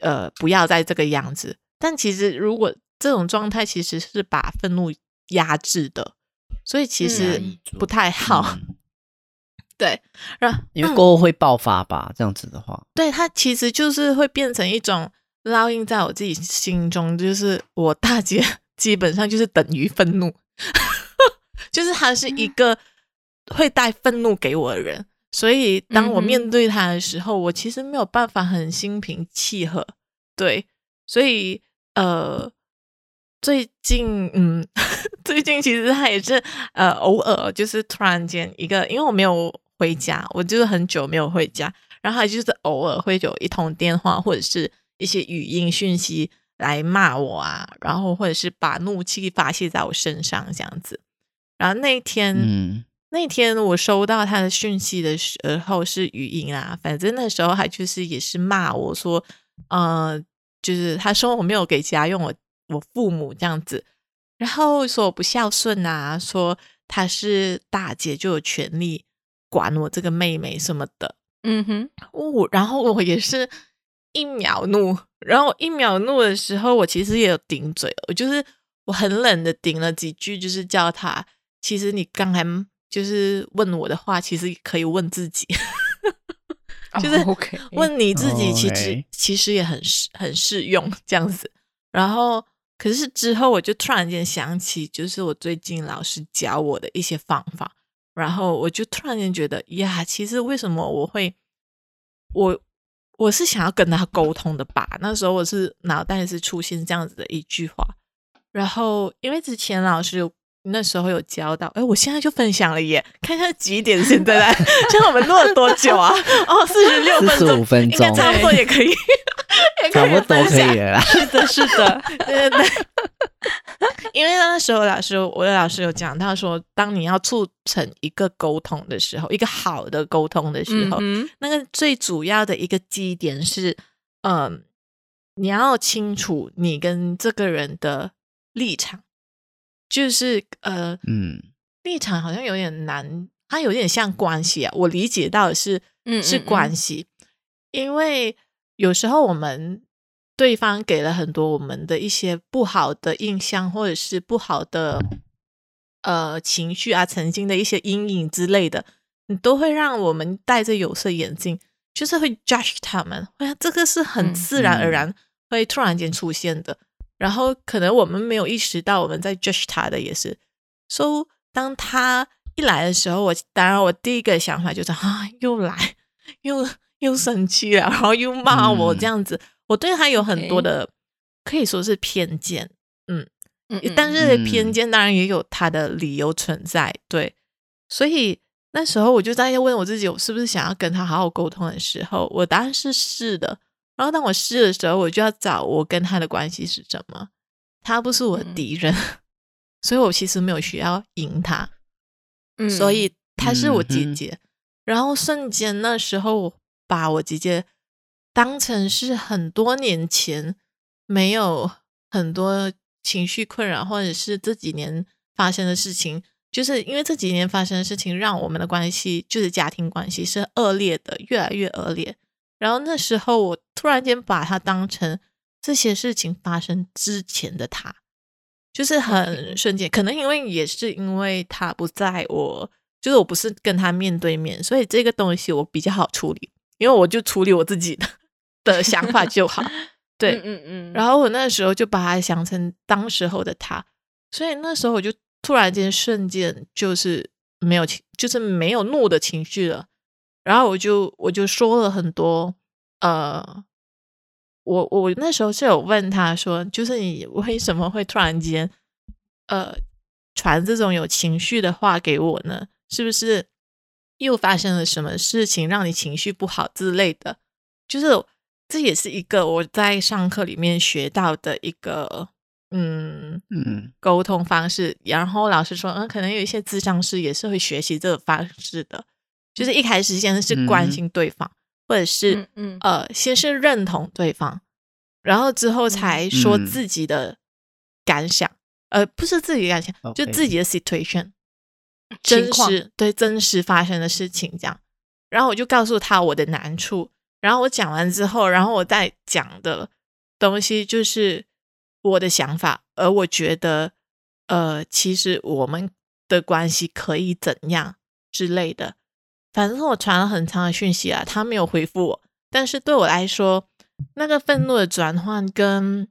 呃，不要再这个样子。但其实如果这种状态，其实是把愤怒压制的，所以其实嗯不太好。嗯对，然后因为过后会爆发吧，这样子的话，对它其实就是会变成一种烙印在我自己心中，就是我大姐 基本上就是等于愤怒， 就是她是嗯一个会带愤怒给我的人，所以当我嗯哼面对她的时候，我其实没有办法很心平气和，对，所以呃，最近嗯，最近其实他也是呃，偶尔就是突然间一个，因为我没有回家，我就是很久没有回家，然后他就是偶尔会有一通电话或者是一些语音讯息来骂我啊，然后或者是把怒气发泄在我身上这样子。然后那一天，嗯那天我收到他的讯息的时候是语音啊，反正那时候他就是也是骂我说，呃，就是他说我没有给家用我我父母这样子，然后说我不孝顺啊，说他是大姐就有权利，管我这个妹妹什么的。嗯哼，哦，然后我也是一秒怒，然后一秒怒的时候，我其实也有顶嘴了，我就是我很冷的顶了几句，就是叫他，其实你刚才就是问我的话，其实可以问自己，就是 OK，哦问你自己，其实、 OK 其实也很适很适用这样子。然后，可是之后我就突然间想起，就是我最近老师教我的一些方法，然后我就突然间觉得，呀，其实为什么我会，我我是想要跟他沟通的吧？那时候我是脑袋是出现这样子的一句话，然后因为之前老师有那时候有教到，哎，我现在就分享了耶，看一下几点现在来， 现在我们录了多久啊？哦，四十六分钟， 45分钟应该差不多 也可以，也可差以不多分可享以了啦。是的，是的，对对对， 因为那时候老师，我的老师有讲到说，当你要促成一个沟通的时候，一个好的沟通的时嗯候，哼，那个最主要的一个基点是，嗯、你要清楚你跟这个人的立场，就是呃，嗯，立场好像有点难，它有点像关系啊。我理解到的是，嗯是嗯嗯关系，因为有时候我们对方给了很多我们的一些不好的印象，或者是不好的呃情绪啊，曾经的一些阴影之类的，你都会让我们戴着有色眼镜，就是会 judge 他们。哎呀，这个是很嗯自然而嗯然会突然间出现的。然后可能我们没有意识到我们在 judge 他的也是。So 当他一来的时候，我当然我第一个想法就是啊，又来，又又生气了，然后又骂我嗯这样子，我对他有很多 OK 的可以说是偏见，嗯嗯但是嗯偏见当然也有它的理由存在，对。所以那时候我就在问我自己，我是不是想要跟他好好沟通的时候，我答案是是的。然后当我是的时候，我就要找我跟他的关系是什么。他不是我的嗯敌人， 所以我其实没有需要赢他，嗯所以她是我姐嗯姐。然后瞬间那时候，我把我姐姐当成是很多年前没有很多情绪困扰，或者是这几年发生的事情，就是因为这几年发生的事情，让我们的关系就是家庭关系是恶劣的，越来越恶劣。然后那时候，我突然间把她当成这些事情发生之前的她，就是很瞬间。可能因为也是因为她不在我，就是我不是跟她面对面，所以这个东西我比较好处理，因为我就处理我自己的的想法就好。对嗯，嗯嗯，然后我那时候就把他想成当时候的他，所以那时候我就突然间瞬间就是没有情，就是没有怒的情绪了。然后我就我就说了很多，呃，我我那时候是有问他说，就是你为什么会突然间，呃，传这种有情绪的话给我呢？是不是又发生了什么事情让你情绪不好之类的？就是这也是一个我在上课里面学到的一个嗯嗯，沟通方式。然后老师说，嗯，可能有一些智商师也是会学习这个方式的，就是一开始先是嗯关心对方，或者是、嗯嗯呃，先是认同对方，然后之后才说嗯自己的感想，呃，不是自己的感想，就 OK 自己的 situation。情真况实对真实发生的事情这样。然后我就告诉他我的难处，然后我讲完之后，然后我再讲的东西就是我的想法，而我觉得呃，其实我们的关系可以怎样之类的。反正我传了很长的讯息啊，他没有回复我，但是对我来说，那个愤怒的转换跟，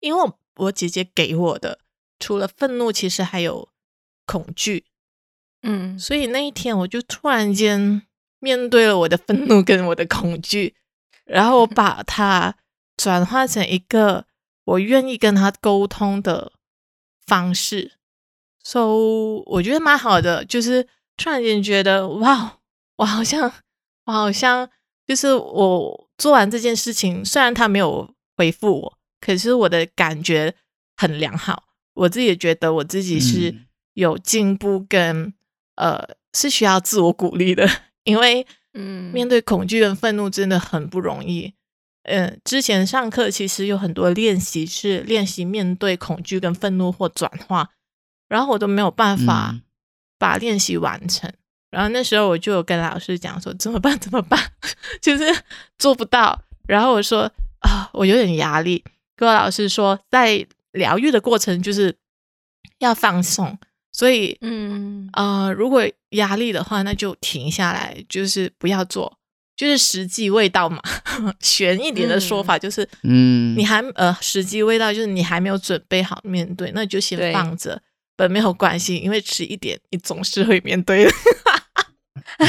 因为我我姐姐给我的，除了愤怒，其实还有恐惧，嗯所以那一天我就突然间面对了我的愤怒跟我的恐惧，然后我把它转化成一个我愿意跟他沟通的方式。So 我觉得蛮好的，就是突然间觉得哇，我好像我好像就是我做完这件事情，虽然他没有回复我，可是我的感觉很良好，我自己也觉得我自己是嗯有进步跟、呃是需要自我鼓励的，因为嗯面对恐惧跟愤怒真的很不容易。嗯，之前上课其实有很多练习是练习面对恐惧跟愤怒或转化，然后我都没有办法嗯把练习完成，然后那时候我就有跟老师讲说怎么办怎么办， 就是做不到。然后我说啊，我有点压力。跟我老师说，在疗愈的过程就是要放松，所以嗯呃，如果压力的话，那就停下来，就是不要做，就是时机未到嘛。 悬一点的说法就是，嗯你还呃时机未到，就是你还没有准备好面对，那你就先对放着，本没有关系，因为迟一点你总是会面 对的。真这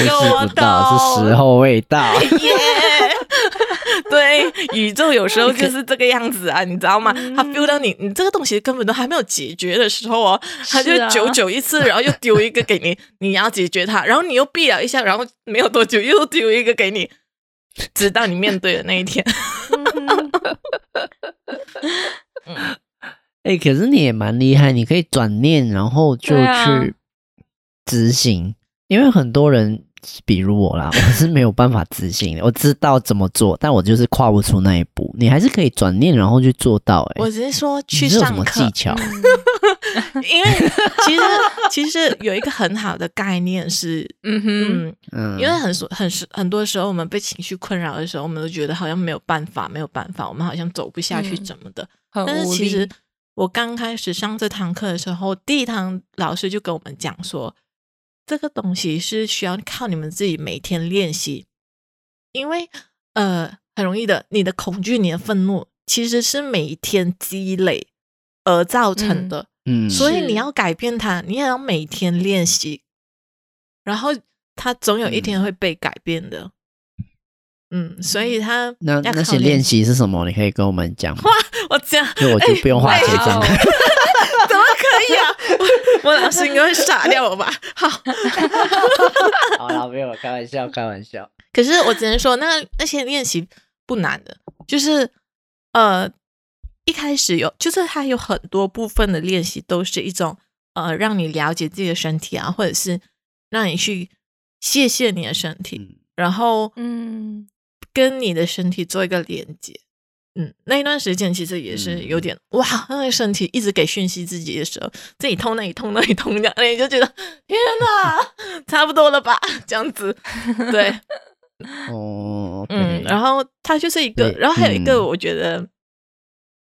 是啊个我不懂，到，是时候未到。耶！ 对，宇宙有时候就是这个样子啊，你知道吗？他 feel 到你，你这个东西根本都还没有解决的时候哦，他 就是啊久久一次，然后又丢一个给你，你要解决它，然后你又避了一下，然后没有多久又丢一个给你，直到你面对的那一天。哎、可是你也蛮厉害，你可以转念，然后就对啊去执行。因为很多人，比如我啦，我是没有办法执行的。我知道怎么做，但我就是跨不出那一步。你还是可以转念，然后去做到、欸。 我只是说你去是有什上么课技，巧？因为其实其实有一个很好的概念是，嗯哼，嗯，嗯，因为很说很时很多时候，我们被情绪困扰的时候，我们都觉得好像没有办法，没有办法，我们好像走不下去嗯怎么的。很但是无其实力我刚开始上这堂课的时候，第一堂老师就跟我们讲说，这个东西是需要靠你们自己每天练习，因为呃很容易的，你的恐惧、你的愤怒其实是每一天积累而造成嗯的。嗯，所以是你要改变它，你也要每天练习，然后它总嗯有一天会被改变的。嗯，所以它那要那靠些练练，习是什么？你可以跟我们讲吗，我这样就我就不用画哎结哦账。哇怎么可以啊？我我老师应该会杀掉我吧？好， 好啦，没有开玩笑，开玩笑。可是我只能说，那那些练习不难的，就是呃，一开始有，就是它有很多部分的练习都是一种呃，让你了解自己的身体啊，或者是让你去谢谢你的身体，嗯然后嗯，跟你的身体做一个连接。嗯，那一段时间其实也是有点、哇，那个身体一直给讯息自己的时候，这里痛那里痛那里痛这样，哎你就觉得天哪， 差不多了吧，这样子。对，哦，嗯，然后后它就是一个，对然后还有一个，嗯我觉得，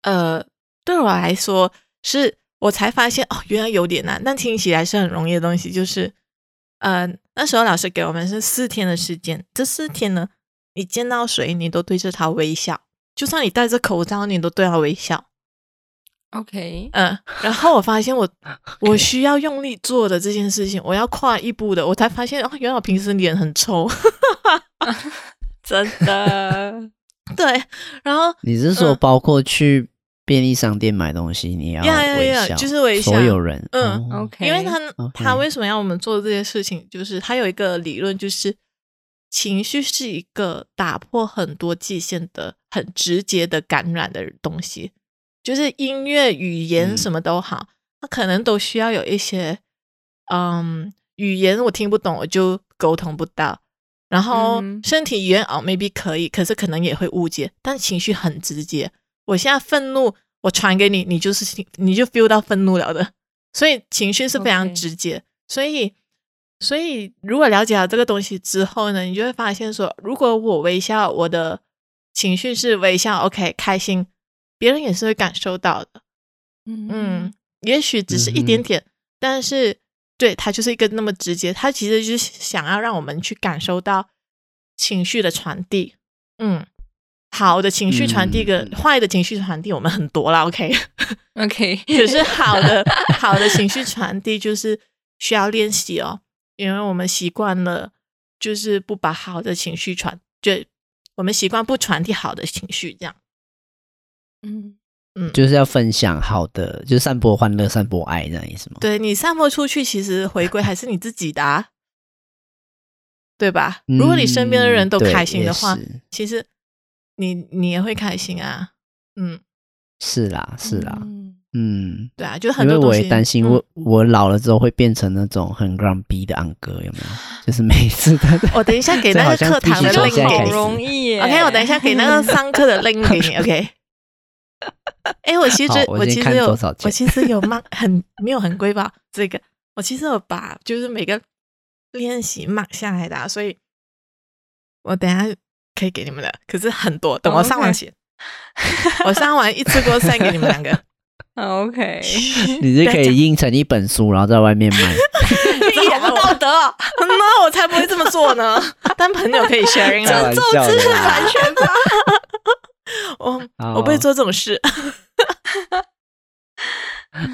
呃，对我来说是我才发现哦，原来有点难，但听起来是很容易的东西，就是，呃，那时候老师给我们是四天的时间，这四天呢，你见到谁你都对着他微笑，就算你戴着口罩，你都对他微笑， OK， 嗯，然后我发现我我需要用力做的这件事情，我要跨一步的，我才发现哦，原来我平时脸很臭， 真的，对，然后你是说嗯包括去便利商店买东西，你要微笑呀呀呀就是微笑所有人。嗯哦 OK 因为他 OK 他为什么要我们做这些事情？就是他有一个理论，就是情绪是一个打破很多界限的、很直接的感染的东西，就是音乐、语言嗯什么都好，他可能都需要有一些，嗯，语言我听不懂，我就沟通不到。然后嗯身体语言哦，maybe 可以，可是可能也会误解，但情绪很直接。我现在愤怒，我传给你，你就是你就 feel 到愤怒了的，所以情绪是非常 OK 直接。所以，所以如果了解了这个东西之后呢，你就会发现说，如果我微笑，我的情绪是微笑，OK，开心，别人也是会感受到的。嗯，，也许只是一点点，但是对它就是一个那么直接，它其实就是想要让我们去感受到情绪的传递。嗯，好的情绪传递跟嗯坏的情绪传递我们很多啦，OK。 OK，可是好的好的情绪传递就是需要练习哦，因为我们习惯了就是不把好的情绪传，就我们习惯不传递好的情绪，这样。嗯，嗯，就是要分享好的，就是散播欢乐、散播爱这样意思吗？对你散播出去，其实回归还是你自己的、啊，对吧？嗯如果你身边的人都开心的话对，也其实你你也会开心啊。嗯，是是啦，是啦，嗯嗯，对啊，就是很因多为东我西。也担心嗯我、我老了之后会变成那种很 g r u m p 的昂哥，有没有？就是每次他在我等一下给那个这好像课堂的必须从 link 现在给开你始。容易耶 OK，我等一下给那 个上课的 link 给你。OK。哎，我其实好我我先其看实有多少钱我其实有卖很没有很贵吧？这个我其实有把就是每个练习 mark 下来的啊、所以我等一下可以给你们的，可是很多，等我上哦完 OK 写。我上完一次过塞给你们两个， OK， 你是可以印成一本书，然后在外面 卖。这好不道德哦，嗯那我才不会这么做呢。 但朋友可以 sharing 开啊，玩笑的啦产权吧？我好我不会做这种事。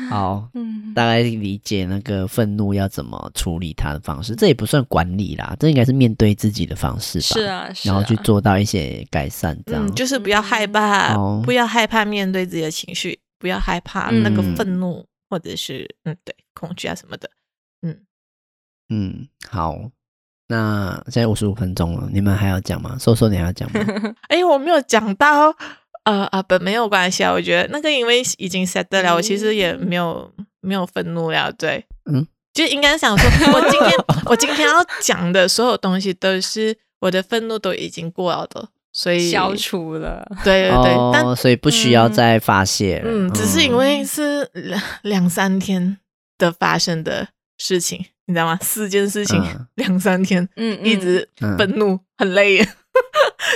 好，嗯，大概理解那个愤怒要怎么处理它的方式，这也不算管理啦，这应该是面对自己的方式吧。是啊，是啊然后去做到一些改善，这样、嗯，就是不要害怕，哦不要害怕面对自己的情绪，不要害怕嗯那个愤怒、或者是嗯，对，恐惧啊什么的。嗯，好。那现在五十五分钟了，你们还要讲吗？瘦瘦，你还要讲吗？哎，我没有讲到，呃啊，本没有关系啊，我觉得那个因为已经 set 得了，我其实也没有没有愤怒了，对，嗯，就应该想说，我 今天我今天要讲的所有东西都是我的愤怒都已经过了的，所以消，除了， 对对对，但嗯哦，所以不需要再发泄了。嗯，只是因哦为是两两三天的发生的事情，你知道吗？四件事情，嗯 两三天，嗯嗯一直嗯愤怒，很累 耶。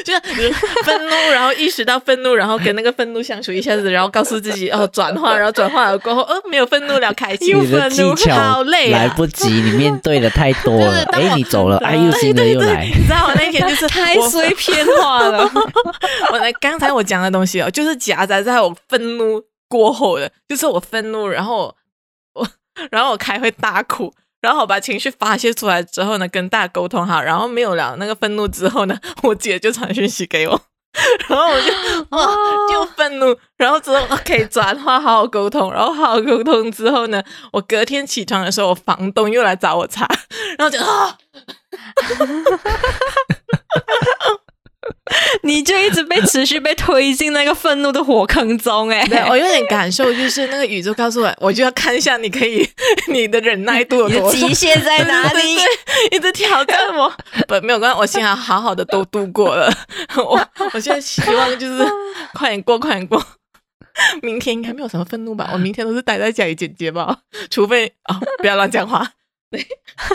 就是愤怒，然后意识到愤怒，然后跟那个愤怒相处一下子，然后告诉自己哦，转化，然后转化了过后，呃，没有愤怒了，开心，你的技巧好累、啊，来不及，你面对的太 多了。对对当哎，我你走了，哎，又新的又来。你知道我那天 就是太我碎片化了，我的刚才我讲的东西哦，就是夹杂在我愤怒过后的，就是我愤怒，然后我我然后我开会大哭，然后我把情绪发泄出来之后呢，跟大家沟通好，然后没有了那个愤怒之后呢，我姐就传讯息给我，然后我就哇又愤怒，然后之后 OK 转化好好沟通，然后好好沟通之后呢，我隔天起床的时候，我房东又来找我茬，然后我就啊。你就一直被持续被推进那个愤怒的火坑中，哎， 对我有点感受，就是那个宇宙告诉我，我就要看一下你可以 你的忍耐度有你的多 少极限在哪对对里？对一直挑战 我，不没有关系，我幸好好好的都度过了。 我我现在希望就是快点过，快点过。明天应该没有什么愤怒吧？我明天都是待在家里解决吧，除非哦，不要乱讲话。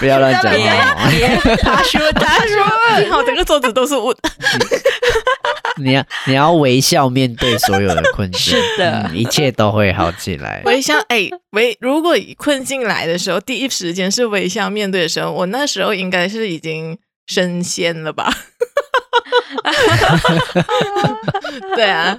不要 乱讲别话，别，他说他说，幸 好整个桌子都是我，你要你要微笑面对所有的困境， 是的嗯一切都会好起来。微笑，哎，微如果困境来的时候，第一时间是微笑面对的时候，我那时候应该是已经升仙了吧？ 对啊，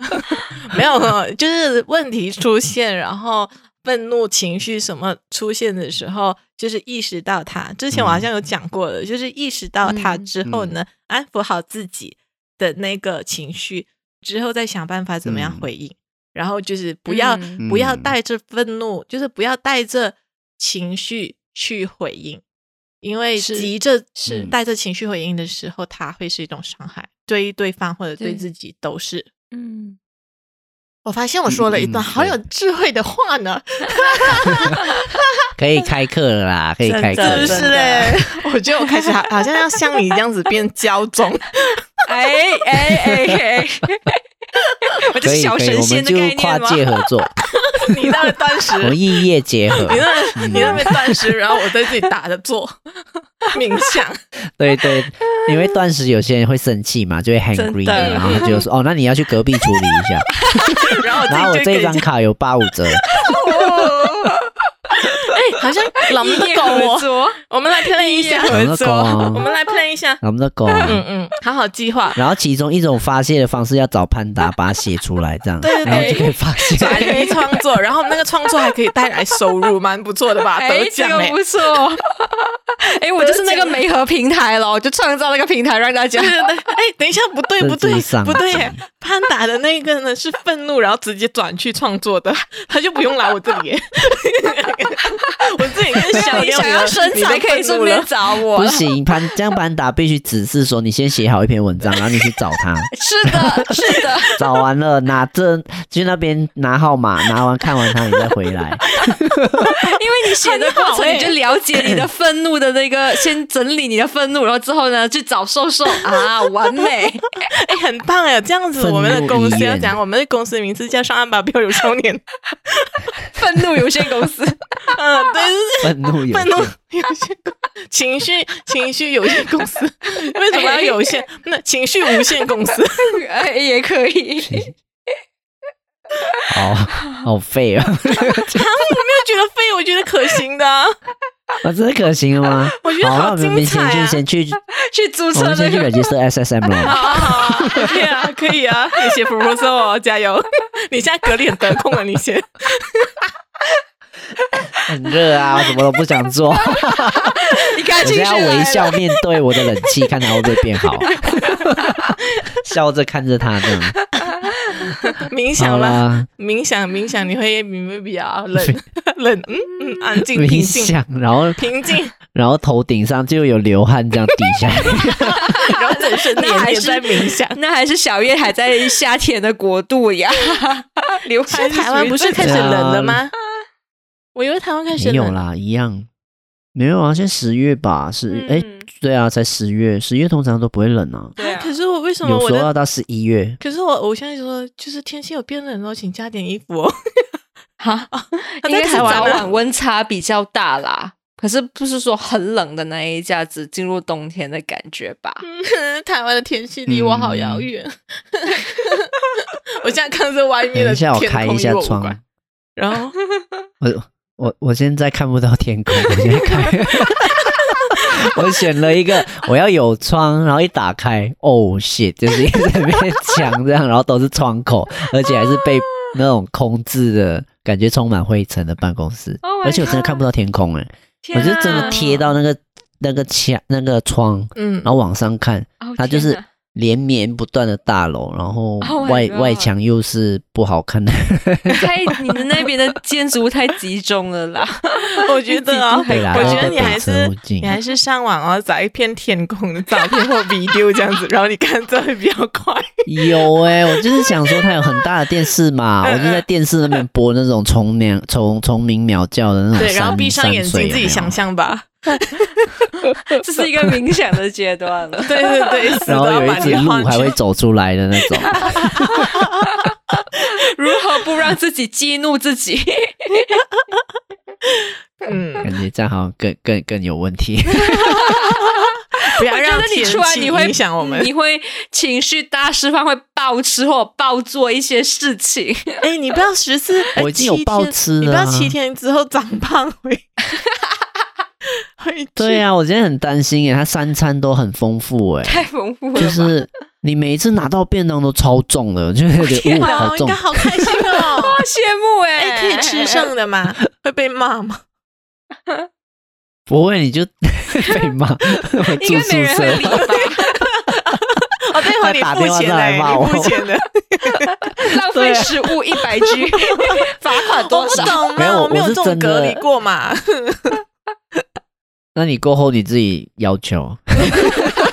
没有，就是问题出现，然后愤怒情绪什么出现的时候，就是意识到它。之前我好像有讲过的，就是意识到它之后呢，安抚好自己的那个情绪之后，再想办法怎么样嗯回应。然后就是不要、嗯不要嗯带着愤怒，就是不要带着情绪去回应，因为是急着是嗯带着情绪回应的时候，它会是一种伤害，对对方或者对对自己都是。嗯，我发现我说了一段嗯嗯好有智慧的话 呢，可以开课了啦，可以开课了真是不的。是嘞？我觉得我开始好好像要像你这样子变焦中，哎哎哎哎， 我可这以小可以，神我仙们的概就跨念吗？界合 作， 你那 边断食我，们异业结合你。那嗯边你那边断食，然后我在自己打着坐 冥想，对对，因为断食有些人会生气嘛，就会 hungry，的然后他 就说哦，那你要去隔壁处理一下。 然后然后我我自己这就给张卡有八五折，哎，好像老们的意狗合哦。啊作，我们来 plan 一哎下，我们的狗啊我们来 plan 一下。我 们的狗。嗯嗯，好好计 划。然后其中一种发泄的方式要找潘达把它写出来，这样，对对对然后就可以发泄。转移创作，然后那个创作还可以带来收入，蛮不错的吧？哎得，这奖个哎！不错。哎，我就是那个媒合平台了，我就创造那个平台让大家对对对，哎，等一下，不对不对政治上不对耶，潘达的那个呢是愤怒，然后直接转去创作的， 他就不用来我这 里耶。我自己哎跟小你亮想要身材可以顺便找我不。行，潘这样潘达必须指示说，你先写好一篇文章，然后你去找他，是的，是的，找完了拿这去那边拿号码，拿完看完他你再回 来。因为你写的过程，你就了解你的愤怒的那个，先整理你的愤怒，然后之后呢，去找瘦瘦啊，完 美。哎，很 棒哎！这样子，我们的公司要讲，我们的公司名字叫“上岸吧，标有少年”。愤怒有限公司，嗯，对，愤怒有愤怒限， 有限公情绪情绪有限公司，为什么哎要有限？那情绪无限公司， 哎， 也可以。好好废啊！我觉得非我觉得可行的啊、 我真的哦可行了吗？我觉得好，那好我精们明彩天就啊！先去，去注我册们那 先去个 register SSM 了。好好好可以啊，可以啊，你写 proposal 哦，加油！ 你现在隔脸得空了，你写。很热 啊，我什么都不想做，我你赶现紧在要微笑面对我的冷气，看它会不会变 好，笑着看着它这样。冥好想啦，啦，冥想冥想，你会你会比较冷 冷，嗯嗯，安静冥平静想，然后 平静，然后头顶上就有流汗这样滴下来，然后整身那黏还黏是在冥 想。那还是小叶还在夏天的国度呀， 流汗现在台湾不是属于开始冷了吗？啊我以为台湾开始没有冷了，啦，一样没有啊，现在十月吧，十哎、嗯对啊，才十月，十月通常都不会冷啊，对啊可是我为什么有我时候的要到十一月，可是我我现在就说，就是天气有变冷了，请加点衣服哦。 哈，他应该在是台湾早啊晚温差比较大啦。可是不是说很冷的那一下子进入冬天的感觉吧？ 台湾的天气离我好嗯遥远。 我现在看着外面等的一下天空，我开一下与我无窗，关然 后我我我现在看不到天空，我现在 看，我选了一个我要有窗，然后一打开，哦 shit，就是一整 面墙这样，然后都是窗口，而且还是啊被那种空置的感觉充满灰尘的办公室 Oh my 而且我真的看不到天空哎、啊我就真啊的贴到那个那个墙那个窗，嗯然，后往上看，哦它就天是哪连绵不断的大楼，然后 Oh my 外、 God 外墙又是不好看的， 太你们那边的建筑物太集中了啦。 我觉得啊，我对啦，觉都是得你被还北车是附近你还是上网哦，找一片天空的照片或 video 这样子，然后你看这会比较快。有哎、我就是想说，它有很大的电视 嘛，嗯我就在电视那边播那种虫鸣、虫虫鸣鸟叫的那种山。对，然后闭上眼睛自己想象。象吧。 这是一个冥想的阶段了。对对对，死 然后都要有把一你只鹿画还出会走出来的那种， 如何不让自己激怒自己？嗯，感觉这样好像更更更有问题。 不要我觉让得你天出来气你会影响我们。你会情绪大释放，会暴吃或暴做一些事情。 哎、你不要十四，哎我已经有七天暴吃你了不啊要七天之后长胖 回，回去对啊，我今天很担心耶，它三餐都很丰富哎，太丰富了吧，就是你每一次拿到便当都超重的，我就 觉啊天得哇哪，好我应重该。好开心 哦！好羡慕哎、哎、可以吃剩的吗？会被骂吗？不会你就 被 骂，我 应住该没宿人会舍理吧？哦，对哦，他你打电付话钱上的、来骂我你付钱 的，浪费食物一百 G，罚款我多不少？懂没有嘛，我我没有我是这种真的隔离过嘛。那你过后你自己要求，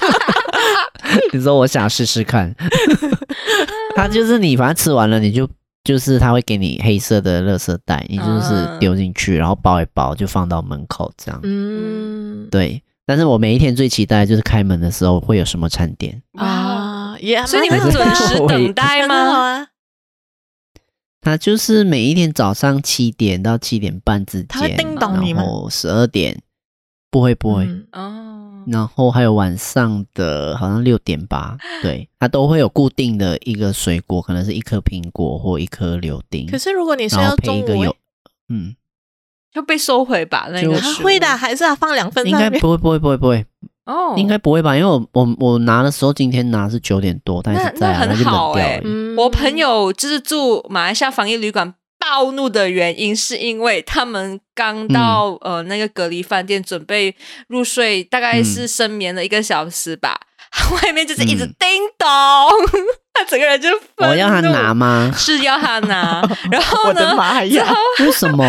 你说我想试试看， 他就是你，反正吃完了你就就是他会给你黑色的垃圾袋，你就是嗯丢进去，然后包一包就放到门口这样。嗯对，但是我每一天最期待的就是开门的时候会有什么餐点，哇！啊，也所以你会蛮好的准啊时等待很好吗？啊，他就是每一天早上七点到七点半之间，它会叮咚你吗然后十二点不会不会。嗯哦，然后还有晚上的，好像六点吧，对，它都会有固定的一个水果，可能是一颗苹果或一颗柳丁，可是如果你睡然到后配中一个午、有欸，，嗯，就被收回吧？那个就啊食物会的，还是要放两份应上该面。不会不会不会不会，哦，应该不会吧？因为我我我拿的时候，今天拿是九点多，但那是在啊，那很就冷好掉欸了。嗯我朋友就是住马来西亚防疫旅馆。暴怒的原因是因为他们嗯刚到、呃那个隔离饭店准备入睡，大嗯概是深眠了一个小时吧， 外面就是一直嗯叮咚， 他整个人就我要他愤怒？拿 吗是要他拿，然后我的呢，妈呀！为什么？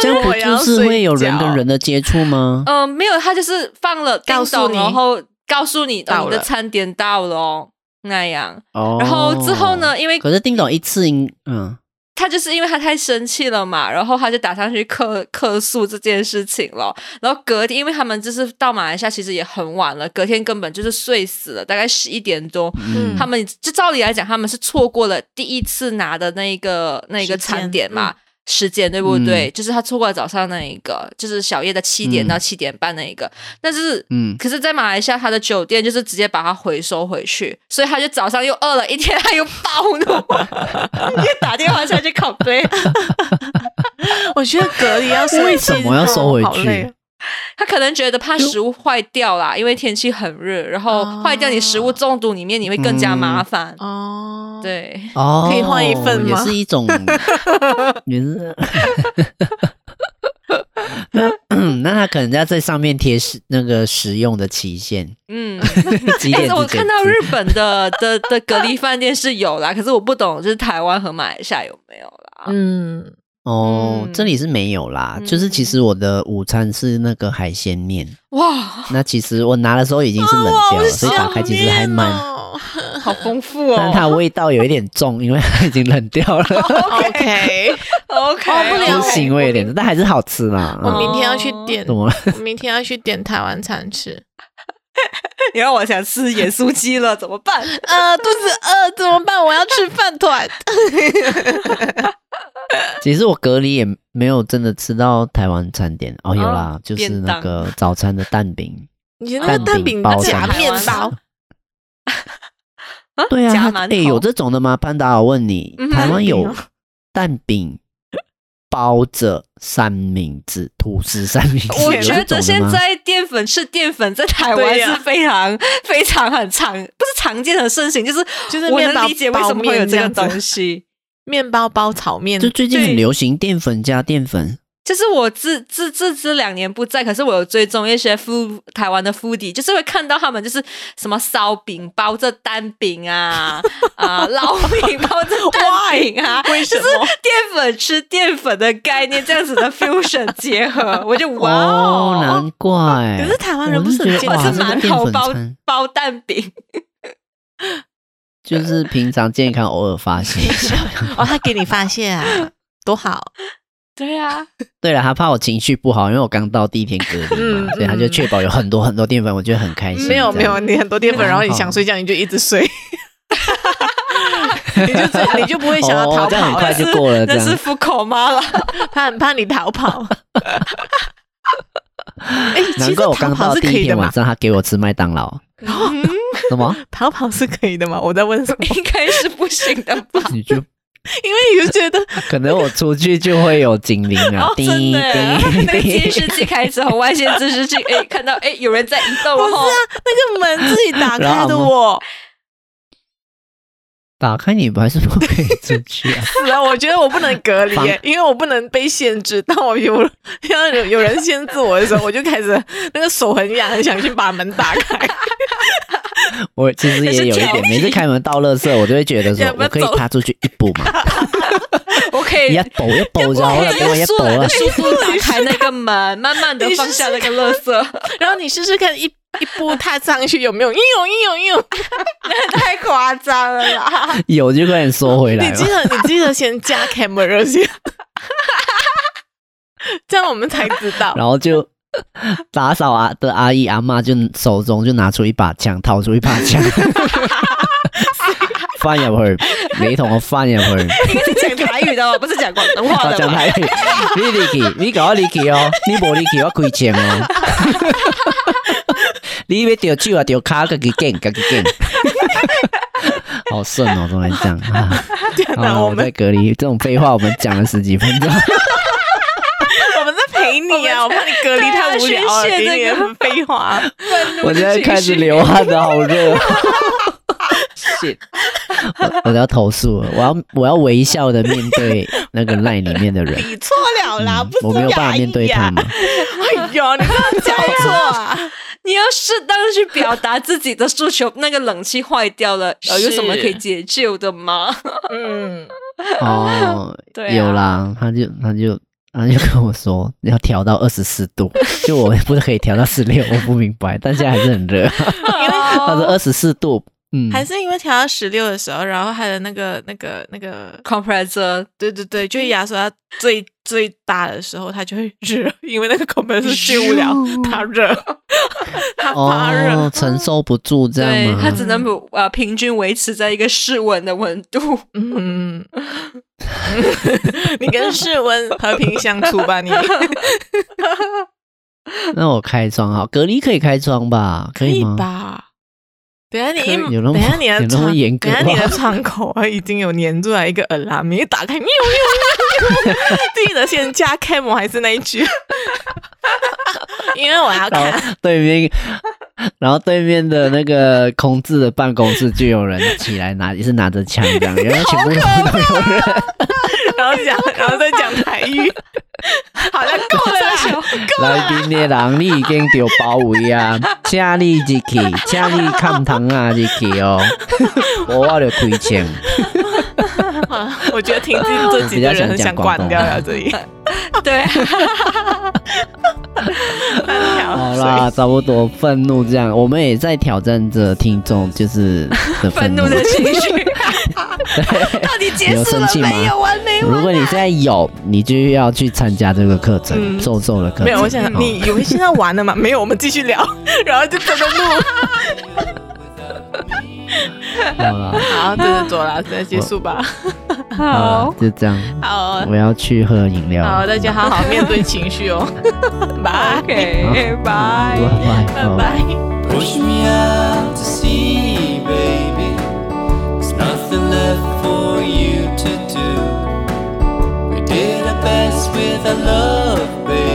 这样不我要就是会有睡人跟觉人的接触吗？呃，没有，他就是放了叮告诉咚，你然后告诉你、哦、到你的了餐点到了哦那样，哦，然后之后呢，？因为可是叮咚一次应，嗯，他就是因为他太生气了嘛，然后他就打算去客客诉这件事情了。然后隔天，因为他们就是到马来西亚其实也很晚了，隔天根本就是睡死了，大概十一点钟。嗯他们就照理来讲，他们是错过了第一次拿的那个那个时间餐点嘛。时间，对不嗯对？就是他错过了早上那一个，就是小夜的七嗯点到七点半那一个，但是。嗯，可是，在马来西亚，他的酒店就是直接把它回收回去，所以他就早上又饿了一天， 他又暴怒， 又打电话下去 complain，我觉得隔离要收一为什么要收回去好累哦他可能觉得怕食物坏掉啦，因为天气很热，然后哦坏掉你食物中毒里面你会更加嗯麻烦。哦，，对，哦，可以换一份吗也是一 种，原来那 那他可能要在上面贴使那个使用的期 限， 嗯，几哎、点之我前看到吃日本的的的隔离饭店是有啦，可是我不懂，就是台湾和马来西亚有没有啦？嗯，哦，嗯这里是没有啦，嗯就是其实我的午餐是那个海鲜面，哇，那其实我拿的时候已经是冷哦掉啊了，所以打开其实还蛮，哦好丰富但哦它的味道有一点重，因为它已经冷掉了， OK， ！OK，哦不就 了是解腥味有点重，但还是好吃啦。哦嗯我明天要去 点，怎么了？我明天要去点台湾餐吃。你让我想吃盐酥鸡了，怎么办？呃，肚子饿怎么办？我要吃饭团。其实我隔离也没有真的吃到台湾餐点，哦，有啦，就是便那当个早餐的蛋饼，你那个蛋蛋饼饼包夹蛋面包，对啊，夹它馒诶头有这种的吗？潘达，我问你嗯，台湾有蛋饼蛋饼包着三明治、吐司三明 治，我有这觉种得的现吗在淀粉是淀粉，在台湾对呀是非常、非常很常，不是常见很盛行，就是就是我面包能理解为什么会有这个东西。面包包炒面，就最近对很流行淀粉加淀粉，就是我自自自这两年不在，可是我有追踪一些 food 台湾的 foodie，就是会看到他们就是什么烧饼包着蛋饼啊，啊烙饼包着蛋饼啊，为什就么是淀粉吃淀粉的概念这样子的 fusion 结合，我就哇哦，难怪。可是台湾人不是我就很觉得健康哇，我这是个 馒淀头粉包餐包蛋饼，就是平常健康偶尔发现一下。 哦，他给你发现啊，多好！对啊，对了，他怕我情绪不好，因为我刚到第一天隔离嘛嗯，所以他就确保有很多很多淀粉，我觉得很开心。没有这没样有，你很多淀粉，嗯然后你想睡觉你就一直睡， 你就这你就不会想要哦逃这样很跑快那了，就是过了这那样是福口妈啦。 怕怕你 逃跑。哎，其难实怪我逃刚跑到是第可一以的天晚嘛？上，他给我吃麦当 劳。嗯 什么？逃跑是可以的嘛？我在 问什么？ 应该是不行的吧？你就因为你就觉得可能我出去就会有警铃 啊，哦， 叮真的耶，叮 那个监叮。视器开始红外线监 视器，哎，看到哎有人在移动不是哦啊，，那个门自己然后打开的按摩我， 打开你还是不可以出去啊？是啊，我觉得我不能隔离防，因为我不能被限制。当我有 像有有人限制我的时候，我就开始那个手很痒，很想去把门打开。我其实也有一是调点，皮每次开门到垃圾，我就会觉得说要，不要我可以走踏出去一步 嘛，我可以一。抖一抖，然后我可以给我一啊抖啊用速了的。速度打开那个门，慢慢的放下那个垃圾， 然后你试试看一，一步踏上去有没有？应有应有应有，太夸张了啦！有就快点缩回 来你嘛记。得你记得先加 camera 先， 这样我们才知 道。然后就打扫啊的阿姨阿妈就手中就拿出一把枪，掏出一把枪， 放入去，你同我放入去， 应该是讲台语的哦，不是讲广东话我的 讲吧。睇你，你力气，你搞力气哦，你冇力气我亏钱哦。 你要掉手啊，掉卡，自己劲，自己劲。好顺哦，都来讲啊！ 天好哪，了，我我们在隔离，这种废话我们讲了十几分钟。我们在陪你啊，我我们怕你隔离太无聊了，对啊宣泄给你这个很废话。 我现在开始流汗了，好热。shit！我我要投诉了，我要我要微笑的面对那个赖里面的 人， 你错了啦，嗯不是我没有办牙法面对医呀他们。 哎呦，你不要讲错啊！你要适当地去表达自己的诉求。那个冷气坏掉了，呃，有是什么可以解救的吗？ 嗯，哦，对啊有 啦，他就他就他就跟我说要调到二十四 度，就我不是可以调到十六，我不明白，但现在还是很热。他说二十四度，嗯，还是因为调到十六的时候，然后他的那个、那个、那个， compressor 嗯对对对，就是压缩到最最大的时候，它就会 热，因为那个口本是进不了， 它热，它发热。哦，承受不住这对样，它吗？只能呃平均维持在一个室温的温度。嗯， 你跟室温和平相处 吧，你那我开窗好，隔离可以开窗吧？可以吗？吧？等一下你可以有一，那么等一下你有的那么窗，严格等一下你的吗 窗口啊，已经有粘住了一个 alarm，你一打开，喵喵喵 喵，记得先加 cam，我还是那一句， 因为我要看 然后对面，然后对面的那个空置的办公室就有人起来拿，也是拿着枪这样，然后全部都有人。然后讲，然后再讲台语。 好了，够了 啦，来宾的人，你已经丢包围啊！请你入去，请你看堂啊入去 哦！我我就开枪，啊我觉得听进这集的人很想关掉了这里。 对，好好啦，，差不多愤怒这样，我们也在挑战着听众就是 的愤愤怒怒的情绪， 到底结束了没有？完没如完？果你现在有，你就要去参加这个课程，嗯瘦瘦的课程。 没有，我想哦你以为现在完了吗？没有，我们继续聊，然后就真的录。好啦， 好，这就走了，再结束吧。好啦，就这样。好，我要去喝饮料。好，大家好好面对情绪哦。拜，OK，拜拜。拜拜拜。 Push me out to sea, baby. There's nothing left for you to do. We did our best with our love, baby.